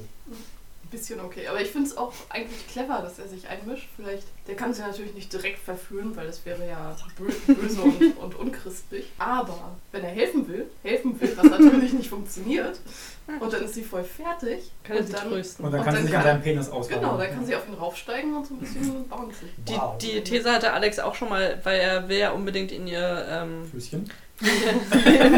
[SPEAKER 4] Ein bisschen okay. Aber ich finde es auch eigentlich clever, dass er sich einmischt. Vielleicht, der kann sie natürlich nicht direkt verführen, weil das wäre ja bö- böse und, und unchristlich. Aber wenn er helfen will, helfen will, was natürlich nicht funktioniert, und dann ist sie voll fertig.
[SPEAKER 1] Kann er
[SPEAKER 4] und
[SPEAKER 1] sie
[SPEAKER 4] dann,
[SPEAKER 1] trösten.
[SPEAKER 3] Und dann
[SPEAKER 4] Und
[SPEAKER 3] kann sie
[SPEAKER 4] dann
[SPEAKER 3] sich
[SPEAKER 4] kann
[SPEAKER 3] an deinem Penis ausbauen.
[SPEAKER 4] genau, dann kann sie auf ihn raufsteigen und so ein bisschen bouncen.
[SPEAKER 1] Die,
[SPEAKER 3] Wow.
[SPEAKER 1] die These hatte Alex auch schon mal, weil er will ja unbedingt in ihr ähm, <laughs>
[SPEAKER 3] Füßchen.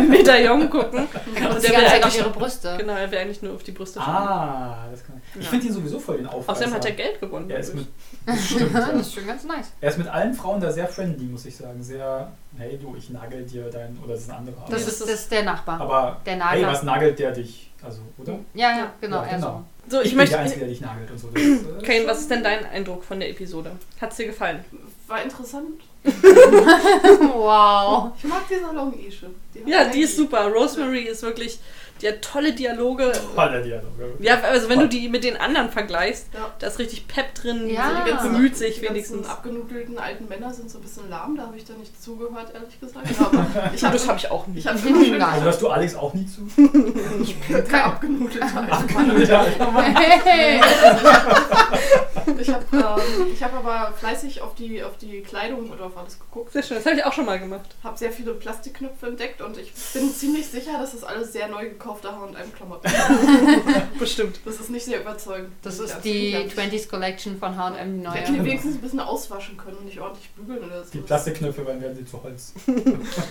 [SPEAKER 1] Medaillon gucken.
[SPEAKER 2] Und
[SPEAKER 1] Und
[SPEAKER 2] die
[SPEAKER 1] der will
[SPEAKER 2] ganze Zeit auf
[SPEAKER 1] eigentlich,
[SPEAKER 2] ihre Brüste.
[SPEAKER 1] genau, er will eigentlich nur auf die Brüste schauen.
[SPEAKER 3] Ah, das kann ich. Ich
[SPEAKER 1] Ja.
[SPEAKER 3] finde ihn sowieso voll den Aufreißer.
[SPEAKER 1] Außerdem hat er Geld gewonnen.
[SPEAKER 3] Er ist mit,
[SPEAKER 1] dadurch.
[SPEAKER 3] <laughs> stimmt,
[SPEAKER 2] Ja,
[SPEAKER 3] ja.
[SPEAKER 2] <laughs> das ist schon ganz nice.
[SPEAKER 3] er ist mit allen Frauen da sehr friendly, muss ich sagen. Sehr, hey du, ich nagel dir dein, oder das ist ein anderer.
[SPEAKER 1] das
[SPEAKER 2] Das, ist,
[SPEAKER 1] ist-
[SPEAKER 2] das ist der Nachbar.
[SPEAKER 3] aber
[SPEAKER 2] der
[SPEAKER 3] hey,
[SPEAKER 2] Nagler.
[SPEAKER 3] was nagelt der dich? Also, oder?
[SPEAKER 2] ja, ja, genau.
[SPEAKER 3] Ja,
[SPEAKER 2] er
[SPEAKER 3] genau.
[SPEAKER 2] so.
[SPEAKER 1] so, ich,
[SPEAKER 3] bin
[SPEAKER 1] möchte.
[SPEAKER 3] der Einzige, der dich nagelt und so. Das ist, äh,
[SPEAKER 1] Kane, was ist denn dein Eindruck von der Episode? Hat's dir gefallen?
[SPEAKER 4] War interessant.
[SPEAKER 2] <laughs> Wow.
[SPEAKER 4] Ich mag die Salon-Ische. hat
[SPEAKER 1] Ja, die
[SPEAKER 4] Energie.
[SPEAKER 1] ist super. Rosemary ist wirklich, die hat tolle Dialoge.
[SPEAKER 3] Toller Dialog.
[SPEAKER 1] Ja, also wenn du die mit den anderen vergleichst,
[SPEAKER 4] Ja. Also
[SPEAKER 1] da ist richtig Pep drin.
[SPEAKER 2] Ja.
[SPEAKER 1] so
[SPEAKER 4] Die ganzen-
[SPEAKER 1] bemüht sich
[SPEAKER 4] die ganzen
[SPEAKER 1] wenigstens.
[SPEAKER 4] abgenudelten alten Männer sind so ein bisschen lahm, da habe ich da nicht zugehört, ehrlich gesagt. Aber ich habe
[SPEAKER 1] <laughs> das habe ich auch nicht.
[SPEAKER 4] ich hab immer schön
[SPEAKER 3] Also
[SPEAKER 2] Nein.
[SPEAKER 3] hörst du Alex auch nie zu?
[SPEAKER 4] <laughs> Kein abgenudelter alter Mann.
[SPEAKER 3] ja.
[SPEAKER 2] Hey.
[SPEAKER 4] Ich habe ähm, ich hab aber fleißig auf die, auf die Kleidung oder auf alles geguckt.
[SPEAKER 1] Sehr schön, das habe ich auch schon mal gemacht.
[SPEAKER 4] Habe sehr viele Plastikknöpfe entdeckt und ich bin ziemlich sicher, dass das alles sehr neu gekaufte H&M Klamotten sind.
[SPEAKER 1] Bestimmt.
[SPEAKER 4] Das ist nicht sehr überzeugend.
[SPEAKER 2] Das
[SPEAKER 4] Ja,
[SPEAKER 2] ist die
[SPEAKER 4] finde ich
[SPEAKER 2] 20s
[SPEAKER 4] auch nicht.
[SPEAKER 2] Collection von H&M, die
[SPEAKER 4] Der kann die
[SPEAKER 2] neue.
[SPEAKER 4] wenigstens ein bisschen auswaschen können und nicht ordentlich bügeln oder so.
[SPEAKER 3] Die Plastikknöpfe werden werden sie zu Holz.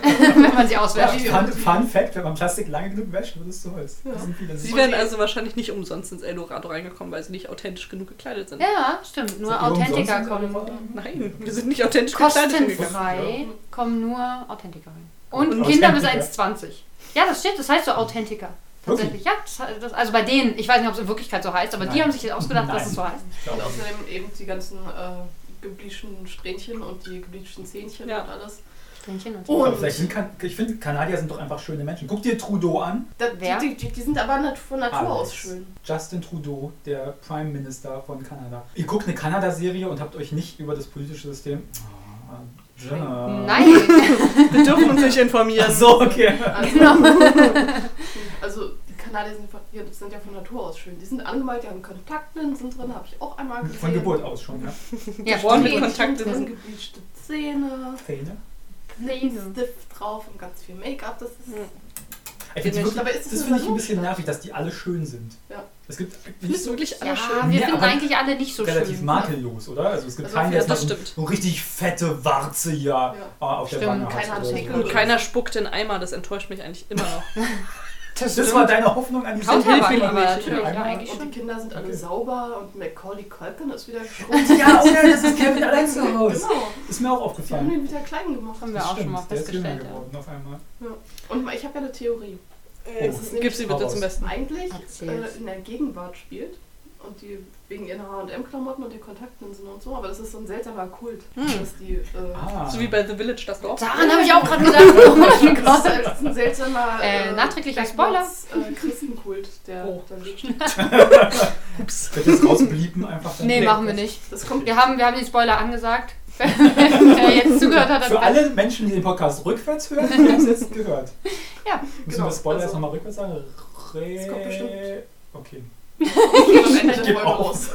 [SPEAKER 2] Wenn man sie auswäscht.
[SPEAKER 3] Fun, Fun Fact, wenn man Plastik lange genug wäscht, wird es zu Holz.
[SPEAKER 4] Ja.
[SPEAKER 3] Das sind viele. Das
[SPEAKER 1] Sie
[SPEAKER 3] ist-
[SPEAKER 1] wären also wahrscheinlich nicht umsonst ins Eldorado reingekommen, weil sie nicht authentisch genug gekleidet sind.
[SPEAKER 2] Ja, stimmt. Nur
[SPEAKER 3] Sind die
[SPEAKER 2] Authentiker
[SPEAKER 3] umsonst in
[SPEAKER 2] kommen.
[SPEAKER 3] der-
[SPEAKER 1] Nein, wir sind nicht authentisch gekleidet hingegangen.
[SPEAKER 2] Kostenfrei kommen nur Authentiker rein. Und,
[SPEAKER 3] Und
[SPEAKER 2] Kinder bis
[SPEAKER 3] Authentiker.
[SPEAKER 2] 1,20. Ja, das steht, das heißt so Authentiker. Tatsächlich, ja. Das, das, also bei denen, ich weiß nicht, ob es in Wirklichkeit so heißt, aber die
[SPEAKER 3] Nein.
[SPEAKER 2] haben sich jetzt ausgedacht, dass
[SPEAKER 3] Nein.
[SPEAKER 2] es so heißt.
[SPEAKER 3] Ich
[SPEAKER 4] Und
[SPEAKER 3] glaube,
[SPEAKER 4] außerdem eben die ganzen äh, gebleachten Strähnchen und die gebleachten Zähnchen
[SPEAKER 1] Ja.
[SPEAKER 4] und alles.
[SPEAKER 2] Tränchen und
[SPEAKER 4] Oh.
[SPEAKER 3] vielleicht sind kan ich finde, Kanadier sind doch einfach schöne Menschen. Guck dir Trudeau an.
[SPEAKER 4] Da,
[SPEAKER 2] Wer?
[SPEAKER 4] die, die, die sind aber nat von Natur
[SPEAKER 3] Alex.
[SPEAKER 4] aus schön.
[SPEAKER 3] Justin Trudeau, der Prime Minister von Kanada. Ihr guckt eine Kanada-Serie und habt euch nicht über das politische System. Ah, <laughs> ja.
[SPEAKER 2] Nein,
[SPEAKER 1] Wir dürfen uns nicht informieren.
[SPEAKER 3] Ach so, okay.
[SPEAKER 4] Also,
[SPEAKER 2] genau.
[SPEAKER 4] <laughs> also die Kanadier sind, von, die sind ja von Natur aus schön. Die sind angemalt, die haben Kontaktlinsen drin, habe ich auch einmal gesehen.
[SPEAKER 3] Von Geburt aus schon, ja.
[SPEAKER 2] Ja,
[SPEAKER 1] Geboren
[SPEAKER 4] Die
[SPEAKER 1] mit
[SPEAKER 2] stimmt.
[SPEAKER 1] Kontaktlinsen.
[SPEAKER 4] gebleachte Zähne,
[SPEAKER 3] Zähne.
[SPEAKER 4] Stift drauf und ganz viel Make-up. Das ist
[SPEAKER 3] Ich find die wirklich-
[SPEAKER 4] Aber ist es
[SPEAKER 3] das finde
[SPEAKER 4] eine
[SPEAKER 3] ich ein
[SPEAKER 4] Verlobung?
[SPEAKER 3] bisschen nervig, dass die alle schön sind.
[SPEAKER 4] Ja.
[SPEAKER 3] Es gibt nicht
[SPEAKER 1] Findest du
[SPEAKER 3] so
[SPEAKER 1] wirklich alle
[SPEAKER 2] Ja,
[SPEAKER 1] schön?
[SPEAKER 2] wir
[SPEAKER 3] Ja,
[SPEAKER 2] finden
[SPEAKER 3] aber
[SPEAKER 2] eigentlich alle nicht so
[SPEAKER 3] relativ
[SPEAKER 2] schön.
[SPEAKER 3] makellos, oder? Also es gibt
[SPEAKER 4] Also,
[SPEAKER 3] keinen,
[SPEAKER 1] ja,
[SPEAKER 3] der
[SPEAKER 1] das
[SPEAKER 3] so-
[SPEAKER 1] stimmt.
[SPEAKER 3] so richtig fette Warze hier äh, auf der
[SPEAKER 2] Stimmt,
[SPEAKER 3] Wange
[SPEAKER 4] keiner
[SPEAKER 3] hat.
[SPEAKER 4] hat
[SPEAKER 3] oder so.
[SPEAKER 4] Pickel.
[SPEAKER 1] Und keiner spuckt in Eimer, das enttäuscht mich eigentlich immer
[SPEAKER 2] <laughs>
[SPEAKER 1] noch.
[SPEAKER 2] Das,
[SPEAKER 3] Das war deine Hoffnung an die
[SPEAKER 1] Kaum
[SPEAKER 3] Serie?
[SPEAKER 1] Hilfe
[SPEAKER 2] Counterwein, aber
[SPEAKER 1] übrig.
[SPEAKER 2] natürlich,
[SPEAKER 3] Ja,
[SPEAKER 2] ja, eigentlich
[SPEAKER 4] Und
[SPEAKER 2] schon.
[SPEAKER 4] die Kinder sind alle
[SPEAKER 3] Okay.
[SPEAKER 4] sauber und Macaulay Culkin
[SPEAKER 3] <laughs>
[SPEAKER 4] ist wieder groß.
[SPEAKER 3] Ja, oder? Das ist Kevin allein zu
[SPEAKER 4] <laughs>
[SPEAKER 3] Hause.
[SPEAKER 4] genau.
[SPEAKER 3] Ist mir auch
[SPEAKER 4] Die haben
[SPEAKER 3] aufgefallen.
[SPEAKER 4] den wieder klein gemacht.
[SPEAKER 2] Haben wir
[SPEAKER 3] Das
[SPEAKER 2] auch schon
[SPEAKER 3] stimmt,
[SPEAKER 2] mal
[SPEAKER 3] der ist jünger
[SPEAKER 2] festgestellt. ja.
[SPEAKER 3] geworden auf einmal.
[SPEAKER 4] Und ich habe ja eine Theorie.
[SPEAKER 3] Oh.
[SPEAKER 4] ist
[SPEAKER 1] Gib sie
[SPEAKER 3] Hau
[SPEAKER 1] bitte
[SPEAKER 3] raus.
[SPEAKER 1] zum Besten.
[SPEAKER 4] Eigentlich
[SPEAKER 2] Erzähl's.
[SPEAKER 4] äh, in der Gegenwart spielt und die wegen ihren H&M-Klamotten und den Kontaktlinsen und so, aber das ist so ein seltsamer Kult,
[SPEAKER 2] Hm.
[SPEAKER 4] dass die... Äh,
[SPEAKER 3] Ah.
[SPEAKER 1] So wie bei The Village, das Dorf.
[SPEAKER 2] Daran habe ich auch gerade
[SPEAKER 3] <laughs>
[SPEAKER 2] gedacht. Oh mein
[SPEAKER 4] Das
[SPEAKER 2] Gott.
[SPEAKER 4] ist das ist ein seltsamer
[SPEAKER 2] <laughs> Äh, nachträglicher
[SPEAKER 4] Blackboards, Äh, Christenkult, der
[SPEAKER 1] Oh.
[SPEAKER 4] da liegt.
[SPEAKER 1] Ups.
[SPEAKER 3] Wird das rausbliepen einfach? dann?
[SPEAKER 2] Nee,
[SPEAKER 3] Nee.
[SPEAKER 2] machen wir nicht.
[SPEAKER 4] Das kommt <laughs>
[SPEAKER 2] Wir haben, wir haben den Spoiler angesagt. <laughs> Wer jetzt zugehört hat, hat
[SPEAKER 3] Für alle Menschen, die den Podcast rückwärts hören, die haben es jetzt gehört.
[SPEAKER 2] Ja,
[SPEAKER 3] Müssen
[SPEAKER 4] genau.
[SPEAKER 3] wir das Spoiler
[SPEAKER 4] Also-
[SPEAKER 3] erst nochmal rückwärts sagen? Re
[SPEAKER 4] Das kommt bestimmt.
[SPEAKER 3] Okay.
[SPEAKER 4] am Ende
[SPEAKER 3] Ich
[SPEAKER 4] der
[SPEAKER 3] geb
[SPEAKER 4] Folge
[SPEAKER 3] auf.
[SPEAKER 4] raus.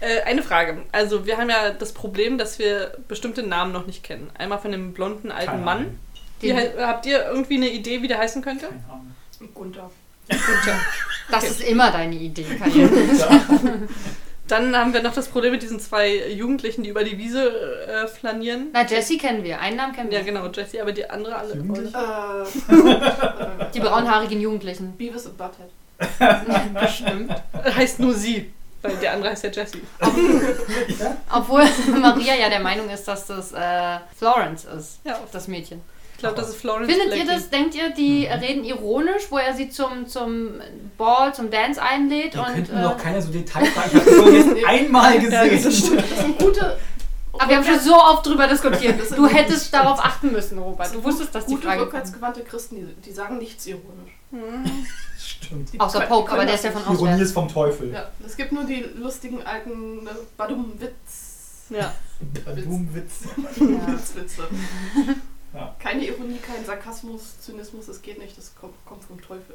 [SPEAKER 1] Äh, eine Frage. Also wir haben ja das Problem, dass wir bestimmte Namen noch nicht kennen. Einmal von dem blonden alten
[SPEAKER 3] Keine
[SPEAKER 1] Mann.
[SPEAKER 3] Ahnung.
[SPEAKER 1] Wie, he- habt ihr irgendwie eine Idee, wie der heißen könnte?
[SPEAKER 3] Keine Ahnung.
[SPEAKER 4] Gunther.
[SPEAKER 2] Das ist immer deine Idee, Karin.
[SPEAKER 1] Dann haben wir noch das Problem mit diesen zwei Jugendlichen, die über die Wiese äh, flanieren.
[SPEAKER 2] Na, Jessie kennen wir. Einen Namen kennen
[SPEAKER 1] Ja,
[SPEAKER 2] wir.
[SPEAKER 1] genau, Jessie, aber die andere alle.
[SPEAKER 3] Jugendliche?
[SPEAKER 2] <laughs>
[SPEAKER 4] Äh,
[SPEAKER 2] Die
[SPEAKER 1] <laughs>
[SPEAKER 2] braunhaarigen Jugendlichen.
[SPEAKER 4] Beavis und Butthead.
[SPEAKER 2] Bestimmt.
[SPEAKER 1] Äh, Heißt nur sie, weil der andere heißt ja Jessie.
[SPEAKER 3] Ja?
[SPEAKER 2] Obwohl <laughs> Maria ja der Meinung ist, dass das äh, Florence ist,
[SPEAKER 1] Ja,
[SPEAKER 2] das Mädchen.
[SPEAKER 1] ich glaube, das ist Florence
[SPEAKER 2] Findet ihr
[SPEAKER 1] Blackie.
[SPEAKER 2] das, denkt ihr, die
[SPEAKER 3] Mhm.
[SPEAKER 2] reden ironisch, wo er sie zum, zum Ball, zum Dance einlädt?
[SPEAKER 3] Da
[SPEAKER 2] und,
[SPEAKER 3] könnten
[SPEAKER 2] äh,
[SPEAKER 3] wir noch keine so Detailfragen. Ich habe das Folge jetzt einmal
[SPEAKER 1] Ja, das
[SPEAKER 3] gesehen.
[SPEAKER 1] stimmt.
[SPEAKER 4] Das sind gute...
[SPEAKER 2] aber wir haben schon so oft drüber diskutiert.
[SPEAKER 4] Das ist
[SPEAKER 2] Du
[SPEAKER 4] wirklich
[SPEAKER 2] hättest darauf achten müssen, Robert. Du wusstest, dass die
[SPEAKER 4] Gute,
[SPEAKER 2] Frage kommt.
[SPEAKER 4] rückwärtsgewandte Christen, die, die sagen nichts ironisch.
[SPEAKER 3] <laughs> Stimmt.
[SPEAKER 4] Die
[SPEAKER 2] Außer
[SPEAKER 4] können-
[SPEAKER 2] Poke,
[SPEAKER 4] die können
[SPEAKER 2] aber der
[SPEAKER 4] das
[SPEAKER 2] ist ja von
[SPEAKER 4] nicht.
[SPEAKER 3] Ironie
[SPEAKER 2] auswärts.
[SPEAKER 3] ist vom Teufel.
[SPEAKER 4] Ja, es gibt nur die lustigen alten ne, Badum-Witz.
[SPEAKER 1] Ja.
[SPEAKER 3] Badum-Witz.
[SPEAKER 2] Ja. <laughs>
[SPEAKER 4] Witzwitze.
[SPEAKER 3] Ja.
[SPEAKER 4] Keine Ironie, kein Sarkasmus, Zynismus, das geht nicht, das kommt, kommt vom Teufel.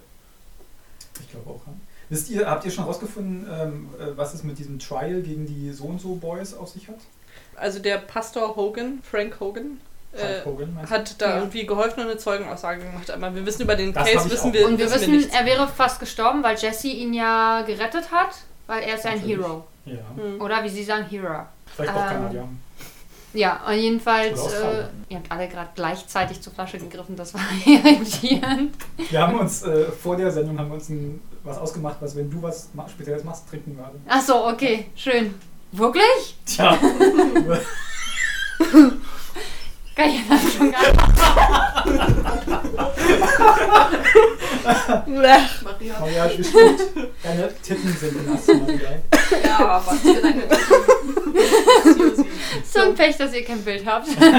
[SPEAKER 3] Ich glaube auch. ja. Wisst ihr, habt ihr schon rausgefunden, ähm, äh, was es mit diesem Trial gegen die so und so Boys auf sich hat?
[SPEAKER 1] Also der Pastor Hogan, Frank Hogan, äh,
[SPEAKER 3] Hulk Hogan, meinst du?
[SPEAKER 1] hat da
[SPEAKER 2] Ja.
[SPEAKER 1] irgendwie geholfen und eine Zeugenaussage gemacht. Aber wir wissen über den
[SPEAKER 3] Das hab
[SPEAKER 1] Case,
[SPEAKER 3] ich
[SPEAKER 1] wissen
[SPEAKER 3] auch.
[SPEAKER 1] wir,
[SPEAKER 2] Und wir
[SPEAKER 1] wissen wir
[SPEAKER 2] wissen,
[SPEAKER 1] nichts.
[SPEAKER 2] er wäre fast gestorben, weil Jesse ihn ja gerettet hat, weil er ist ja ein
[SPEAKER 3] Natürlich.
[SPEAKER 2] Hero.
[SPEAKER 3] Ja,
[SPEAKER 1] Hm.
[SPEAKER 2] Oder wie sie sagen, Hero.
[SPEAKER 3] vielleicht auch
[SPEAKER 2] Ähm,
[SPEAKER 3] Kanadier.
[SPEAKER 2] Ja, und jedenfalls,
[SPEAKER 3] Oder
[SPEAKER 2] äh,
[SPEAKER 3] Australier.
[SPEAKER 2] ihr habt alle gerade gleichzeitig zur Flasche gegriffen, das war <laughs> irritierend.
[SPEAKER 3] Wir haben uns äh, vor der Sendung haben wir uns ein, was ausgemacht, was wenn du was ma- Spezielles machst, trinken werden.
[SPEAKER 2] Achso, okay, schön. Wirklich?
[SPEAKER 3] Tja,
[SPEAKER 2] Kann ich das schon gar nicht.
[SPEAKER 4] Maria.
[SPEAKER 3] <laughs> Maria hat bestimmt deine Titten sind nass. Maria.
[SPEAKER 4] Ja, was für deine
[SPEAKER 2] <laughs> So ein Pech, dass ihr kein Bild
[SPEAKER 3] <laughs>
[SPEAKER 2] habt.
[SPEAKER 1] Meine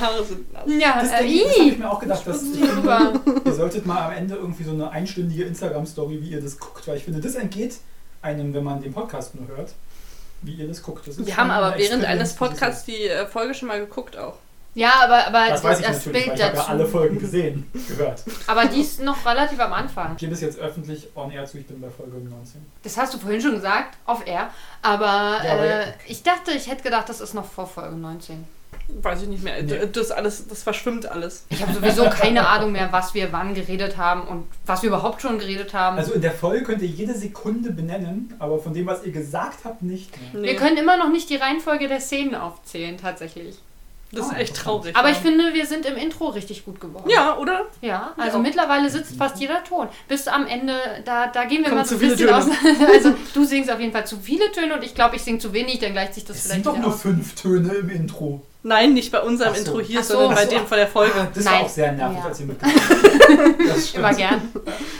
[SPEAKER 1] Haare sind nass.
[SPEAKER 2] Ja, äh,
[SPEAKER 3] Das, denk ich- das habe ich <laughs>
[SPEAKER 2] ii,
[SPEAKER 3] mir auch gedacht, dass
[SPEAKER 2] das ist super.
[SPEAKER 3] ihr solltet mal am Ende irgendwie so eine einstündige Instagram-Story, wie ihr das guckt, weil ich finde, das entgeht einem, wenn man den Podcast nur hört, wie ihr das guckt. Das ist
[SPEAKER 1] Wir
[SPEAKER 3] schon
[SPEAKER 1] haben aber
[SPEAKER 3] eine
[SPEAKER 1] während
[SPEAKER 3] Experience,
[SPEAKER 1] eines
[SPEAKER 3] die
[SPEAKER 1] Podcasts die äh, Folge schon mal geguckt auch.
[SPEAKER 2] Ja, aber, aber
[SPEAKER 3] Das weiß ich
[SPEAKER 2] das
[SPEAKER 3] natürlich, weil
[SPEAKER 2] Bild
[SPEAKER 3] ich habe ja alle
[SPEAKER 2] dazu.
[SPEAKER 3] Folgen gesehen, gehört.
[SPEAKER 2] Aber die ist noch relativ am Anfang.
[SPEAKER 3] Ich gebe es jetzt öffentlich on air zu, ich bin bei Folge 19.
[SPEAKER 2] Das hast du vorhin schon gesagt, auf Air. Aber,
[SPEAKER 3] Ja, aber-
[SPEAKER 2] äh, ich dachte, ich hätte gedacht, das ist noch vor Folge 19.
[SPEAKER 1] Weiß ich nicht mehr.
[SPEAKER 3] Nee.
[SPEAKER 1] Das alles, das verschwimmt alles.
[SPEAKER 2] Ich habe sowieso keine Ahnung mehr, was wir wann geredet haben und was wir überhaupt schon geredet haben.
[SPEAKER 3] Also in der Folge könnt ihr jede Sekunde benennen, aber von dem, was ihr gesagt habt, nicht mehr.
[SPEAKER 1] Nee,
[SPEAKER 2] Wir können immer noch nicht die Reihenfolge der Szenen aufzählen, tatsächlich.
[SPEAKER 1] das ist
[SPEAKER 3] Ah,
[SPEAKER 1] echt traurig.
[SPEAKER 2] Aber ich finde, wir sind im Intro richtig gut geworden.
[SPEAKER 1] ja, oder?
[SPEAKER 2] Ja, also
[SPEAKER 1] Ja.
[SPEAKER 2] mittlerweile sitzt fast jeder Ton. Bis am Ende, da, da gehen wir
[SPEAKER 1] Kommen
[SPEAKER 2] mal so
[SPEAKER 1] zu
[SPEAKER 2] ein
[SPEAKER 1] viele
[SPEAKER 2] bisschen
[SPEAKER 1] Töne.
[SPEAKER 2] aus. <laughs> Also du singst auf jeden Fall zu viele Töne und ich glaube, ich singe zu wenig, dann gleicht sich das
[SPEAKER 3] Es sind
[SPEAKER 2] vielleicht
[SPEAKER 3] doch
[SPEAKER 2] wieder
[SPEAKER 3] nur
[SPEAKER 2] aus.
[SPEAKER 3] fünf Töne im Intro.
[SPEAKER 1] Nein, nicht bei unserem
[SPEAKER 3] Ach so. Ah.
[SPEAKER 1] Intro hier,
[SPEAKER 2] Ach so.
[SPEAKER 1] sondern bei
[SPEAKER 3] Ach so.
[SPEAKER 1] dem von der Folge.
[SPEAKER 3] Das war
[SPEAKER 2] Nein.
[SPEAKER 3] auch sehr nervig,
[SPEAKER 2] Ja.
[SPEAKER 3] als ihr mitgemacht
[SPEAKER 2] <laughs>
[SPEAKER 3] habt. Das stimmt.
[SPEAKER 2] Immer gern.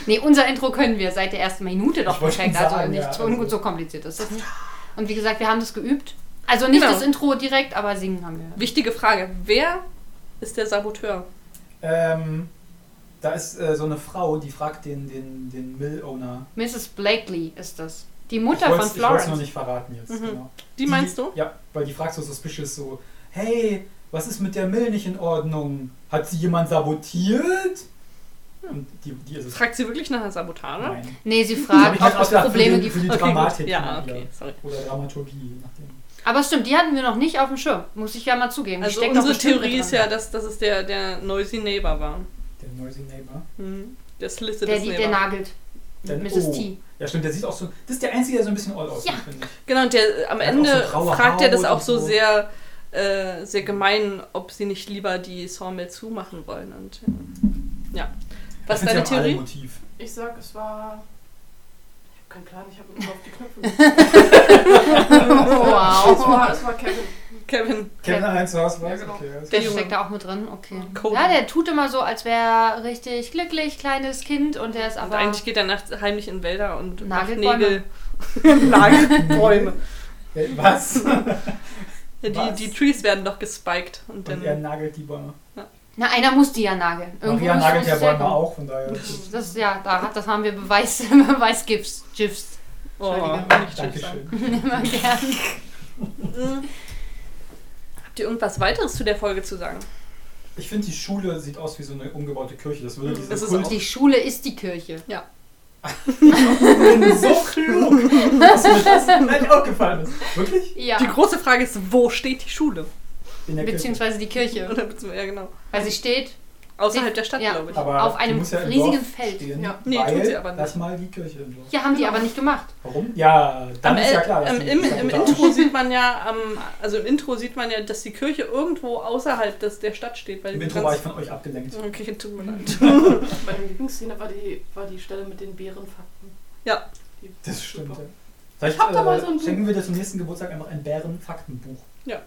[SPEAKER 2] Nee, unser Intro können wir seit der ersten Minute doch
[SPEAKER 3] Ich wollte
[SPEAKER 2] perfekt.
[SPEAKER 3] schon
[SPEAKER 2] Also
[SPEAKER 3] sagen,
[SPEAKER 2] nicht
[SPEAKER 3] ja,
[SPEAKER 2] so,
[SPEAKER 3] also-
[SPEAKER 2] ungut, so kompliziert ist das nicht. Und wie gesagt, wir haben das geübt. Also nicht
[SPEAKER 1] Genau.
[SPEAKER 2] das Intro direkt, aber singen haben wir.
[SPEAKER 1] Wichtige Frage. Wer ist der Saboteur?
[SPEAKER 3] Ähm, da ist äh, so eine Frau, die fragt den, den, den Mill-Owner.
[SPEAKER 2] Mrs. Blakely ist das. Die
[SPEAKER 3] Ich
[SPEAKER 2] Mutter von
[SPEAKER 3] wollt's- ich wollt's noch
[SPEAKER 2] Florence.
[SPEAKER 3] nicht verraten jetzt.
[SPEAKER 1] Mhm.
[SPEAKER 3] Genau.
[SPEAKER 1] Die meinst du?
[SPEAKER 3] Ja, weil die fragt so suspicious so, hey, was ist mit der Mill nicht in Ordnung? Hat sie jemand sabotiert?
[SPEAKER 1] Hm.
[SPEAKER 3] Und die, die ist es.
[SPEAKER 1] Fragt sie wirklich nach einer Sabotage?
[SPEAKER 3] Nein.
[SPEAKER 2] Nee, sie
[SPEAKER 3] Hab ich
[SPEAKER 2] fragt, ob
[SPEAKER 3] halt
[SPEAKER 2] es
[SPEAKER 3] ausgedacht,
[SPEAKER 2] Probleme
[SPEAKER 3] für die,
[SPEAKER 2] gibt.
[SPEAKER 3] für die
[SPEAKER 1] Okay, gut.
[SPEAKER 3] Dramatik.
[SPEAKER 1] Ja,
[SPEAKER 3] wieder.
[SPEAKER 1] okay, sorry.
[SPEAKER 3] Oder Dramaturgie, je nachdem.
[SPEAKER 2] Aber stimmt, die hatten wir noch nicht auf dem Schirm. Muss ich ja mal zugeben. Die
[SPEAKER 1] Also
[SPEAKER 2] steckt doch
[SPEAKER 1] unsere
[SPEAKER 2] bestimmt
[SPEAKER 1] Theorie
[SPEAKER 2] mit
[SPEAKER 1] ist
[SPEAKER 2] drin.
[SPEAKER 1] ja, dass, dass es der, der noisy neighbor war.
[SPEAKER 3] Der Noisy Neighbor.
[SPEAKER 1] Mhm. Der Slitted
[SPEAKER 2] Der, die, der
[SPEAKER 1] Neighbor.
[SPEAKER 2] nagelt.
[SPEAKER 3] Dann-
[SPEAKER 2] Mrs.
[SPEAKER 3] oh. <laughs>
[SPEAKER 2] T. <laughs>
[SPEAKER 3] Ja, stimmt, der sieht auch so. Das ist der Einzige, der so ein bisschen all out
[SPEAKER 2] Ja.
[SPEAKER 3] sieht, finde ich.
[SPEAKER 1] Genau, und der, äh, am
[SPEAKER 3] Der hat auch
[SPEAKER 1] Ende
[SPEAKER 3] so graue
[SPEAKER 1] fragt er das
[SPEAKER 3] Haut
[SPEAKER 1] auch
[SPEAKER 3] und
[SPEAKER 1] so
[SPEAKER 3] so.
[SPEAKER 1] sehr, äh, sehr gemein, ob sie nicht lieber die Sawmill zumachen wollen. Und äh, ja. Was
[SPEAKER 3] ich
[SPEAKER 1] ist deine
[SPEAKER 3] find's ja im
[SPEAKER 1] Theorie?
[SPEAKER 3] Allmotiv.
[SPEAKER 4] <laughs> Ich sag, es war. Ich hab keinen Plan, ich habe immer auf die
[SPEAKER 2] <laughs>
[SPEAKER 4] Knöpfe gedrückt.
[SPEAKER 2] Wow.
[SPEAKER 4] Es war, es war Kevin.
[SPEAKER 1] Kevin.
[SPEAKER 3] Kevin allein zu Hause war
[SPEAKER 4] Ja,
[SPEAKER 3] es?
[SPEAKER 4] genau.
[SPEAKER 3] Okay, alles
[SPEAKER 1] Der
[SPEAKER 2] Der
[SPEAKER 3] klar.
[SPEAKER 1] Junge.
[SPEAKER 2] steckt da auch mit drin, okay.
[SPEAKER 1] Cool.
[SPEAKER 2] Ja, der tut immer so, als wäre er richtig glücklich, kleines Kind und der ist
[SPEAKER 1] Und
[SPEAKER 2] aber.
[SPEAKER 1] Also eigentlich geht er nachts heimlich in Wälder und macht Nägel.
[SPEAKER 2] Nagelbäume.
[SPEAKER 1] <laughs> Nagelbäume.
[SPEAKER 3] Äh, Was?
[SPEAKER 1] <laughs> Ja, die,
[SPEAKER 3] Was?
[SPEAKER 1] die Trees werden doch gespiked. Und dann
[SPEAKER 3] Und er nagelt die Bäume.
[SPEAKER 2] Na, einer muss die ja nageln.
[SPEAKER 3] Maria
[SPEAKER 2] muss-
[SPEAKER 3] nagelt
[SPEAKER 2] muss
[SPEAKER 3] ja
[SPEAKER 2] es herkommen.
[SPEAKER 3] Bäume auch, von daher.
[SPEAKER 2] Das, ja, da hat, das haben wir Beweis, <laughs> Beweis Gifts. Gifs.
[SPEAKER 1] oh,
[SPEAKER 2] Entschuldigung.
[SPEAKER 1] nicht Tschüss sagen.
[SPEAKER 3] Dankeschön.
[SPEAKER 2] Immer gern.
[SPEAKER 1] Mhm. Habt ihr irgendwas weiteres zu der Folge zu sagen?
[SPEAKER 3] Ich finde, die Schule sieht aus wie so eine umgebaute Kirche. Das würde diese
[SPEAKER 1] Das ist
[SPEAKER 3] <laughs> Kult...
[SPEAKER 2] Die Schule ist die Kirche.
[SPEAKER 3] Ich bin so klug, dass mir das gleich aufgefallen ist. Wirklich?
[SPEAKER 2] Ja.
[SPEAKER 1] Die große Frage ist, wo steht die Schule?
[SPEAKER 3] In der Kirche.
[SPEAKER 2] Beziehungsweise die Kirche.
[SPEAKER 1] Oder beziehungsweise- ja, genau.
[SPEAKER 2] Weil sie steht.
[SPEAKER 1] Außerhalb
[SPEAKER 2] Die-
[SPEAKER 1] der Stadt,
[SPEAKER 2] ja.
[SPEAKER 1] glaube ich.
[SPEAKER 3] Aber
[SPEAKER 2] auf
[SPEAKER 3] die
[SPEAKER 2] einem
[SPEAKER 3] muss ja im
[SPEAKER 2] riesigen
[SPEAKER 3] Dorf
[SPEAKER 2] Feld.
[SPEAKER 3] Stehen,
[SPEAKER 4] Ja.
[SPEAKER 1] Nee,
[SPEAKER 3] weil
[SPEAKER 1] tut sie aber nicht.
[SPEAKER 3] Das mal die Kirche im Dorf.
[SPEAKER 2] Ja, haben die aber nicht gemacht.
[SPEAKER 3] Warum? Ja, dann
[SPEAKER 1] Am
[SPEAKER 3] ist ja
[SPEAKER 1] El-
[SPEAKER 3] klar. dass
[SPEAKER 1] ähm,
[SPEAKER 3] die-
[SPEAKER 1] im,
[SPEAKER 3] die
[SPEAKER 1] Im
[SPEAKER 3] Sabotage-
[SPEAKER 1] Intro sieht man ja, ähm, also im Intro sieht man ja, dass die Kirche irgendwo außerhalb des, der Stadt steht. Weil
[SPEAKER 3] Im
[SPEAKER 1] die
[SPEAKER 3] Intro war ich
[SPEAKER 1] ganz-
[SPEAKER 3] von euch abgelenkt.
[SPEAKER 1] Okay, tut mir leid.
[SPEAKER 3] <laughs>
[SPEAKER 4] Meine Lieblingsszene war die, war die Stelle mit den Bärenfakten.
[SPEAKER 1] Ja.
[SPEAKER 4] Die-
[SPEAKER 3] Das stimmt,
[SPEAKER 4] Super.
[SPEAKER 3] ja. Vielleicht
[SPEAKER 4] hab da mal so ein
[SPEAKER 3] äh,
[SPEAKER 4] Buch.
[SPEAKER 3] schenken wir dir zum nächsten Geburtstag einfach ein Bären-Faktenbuch.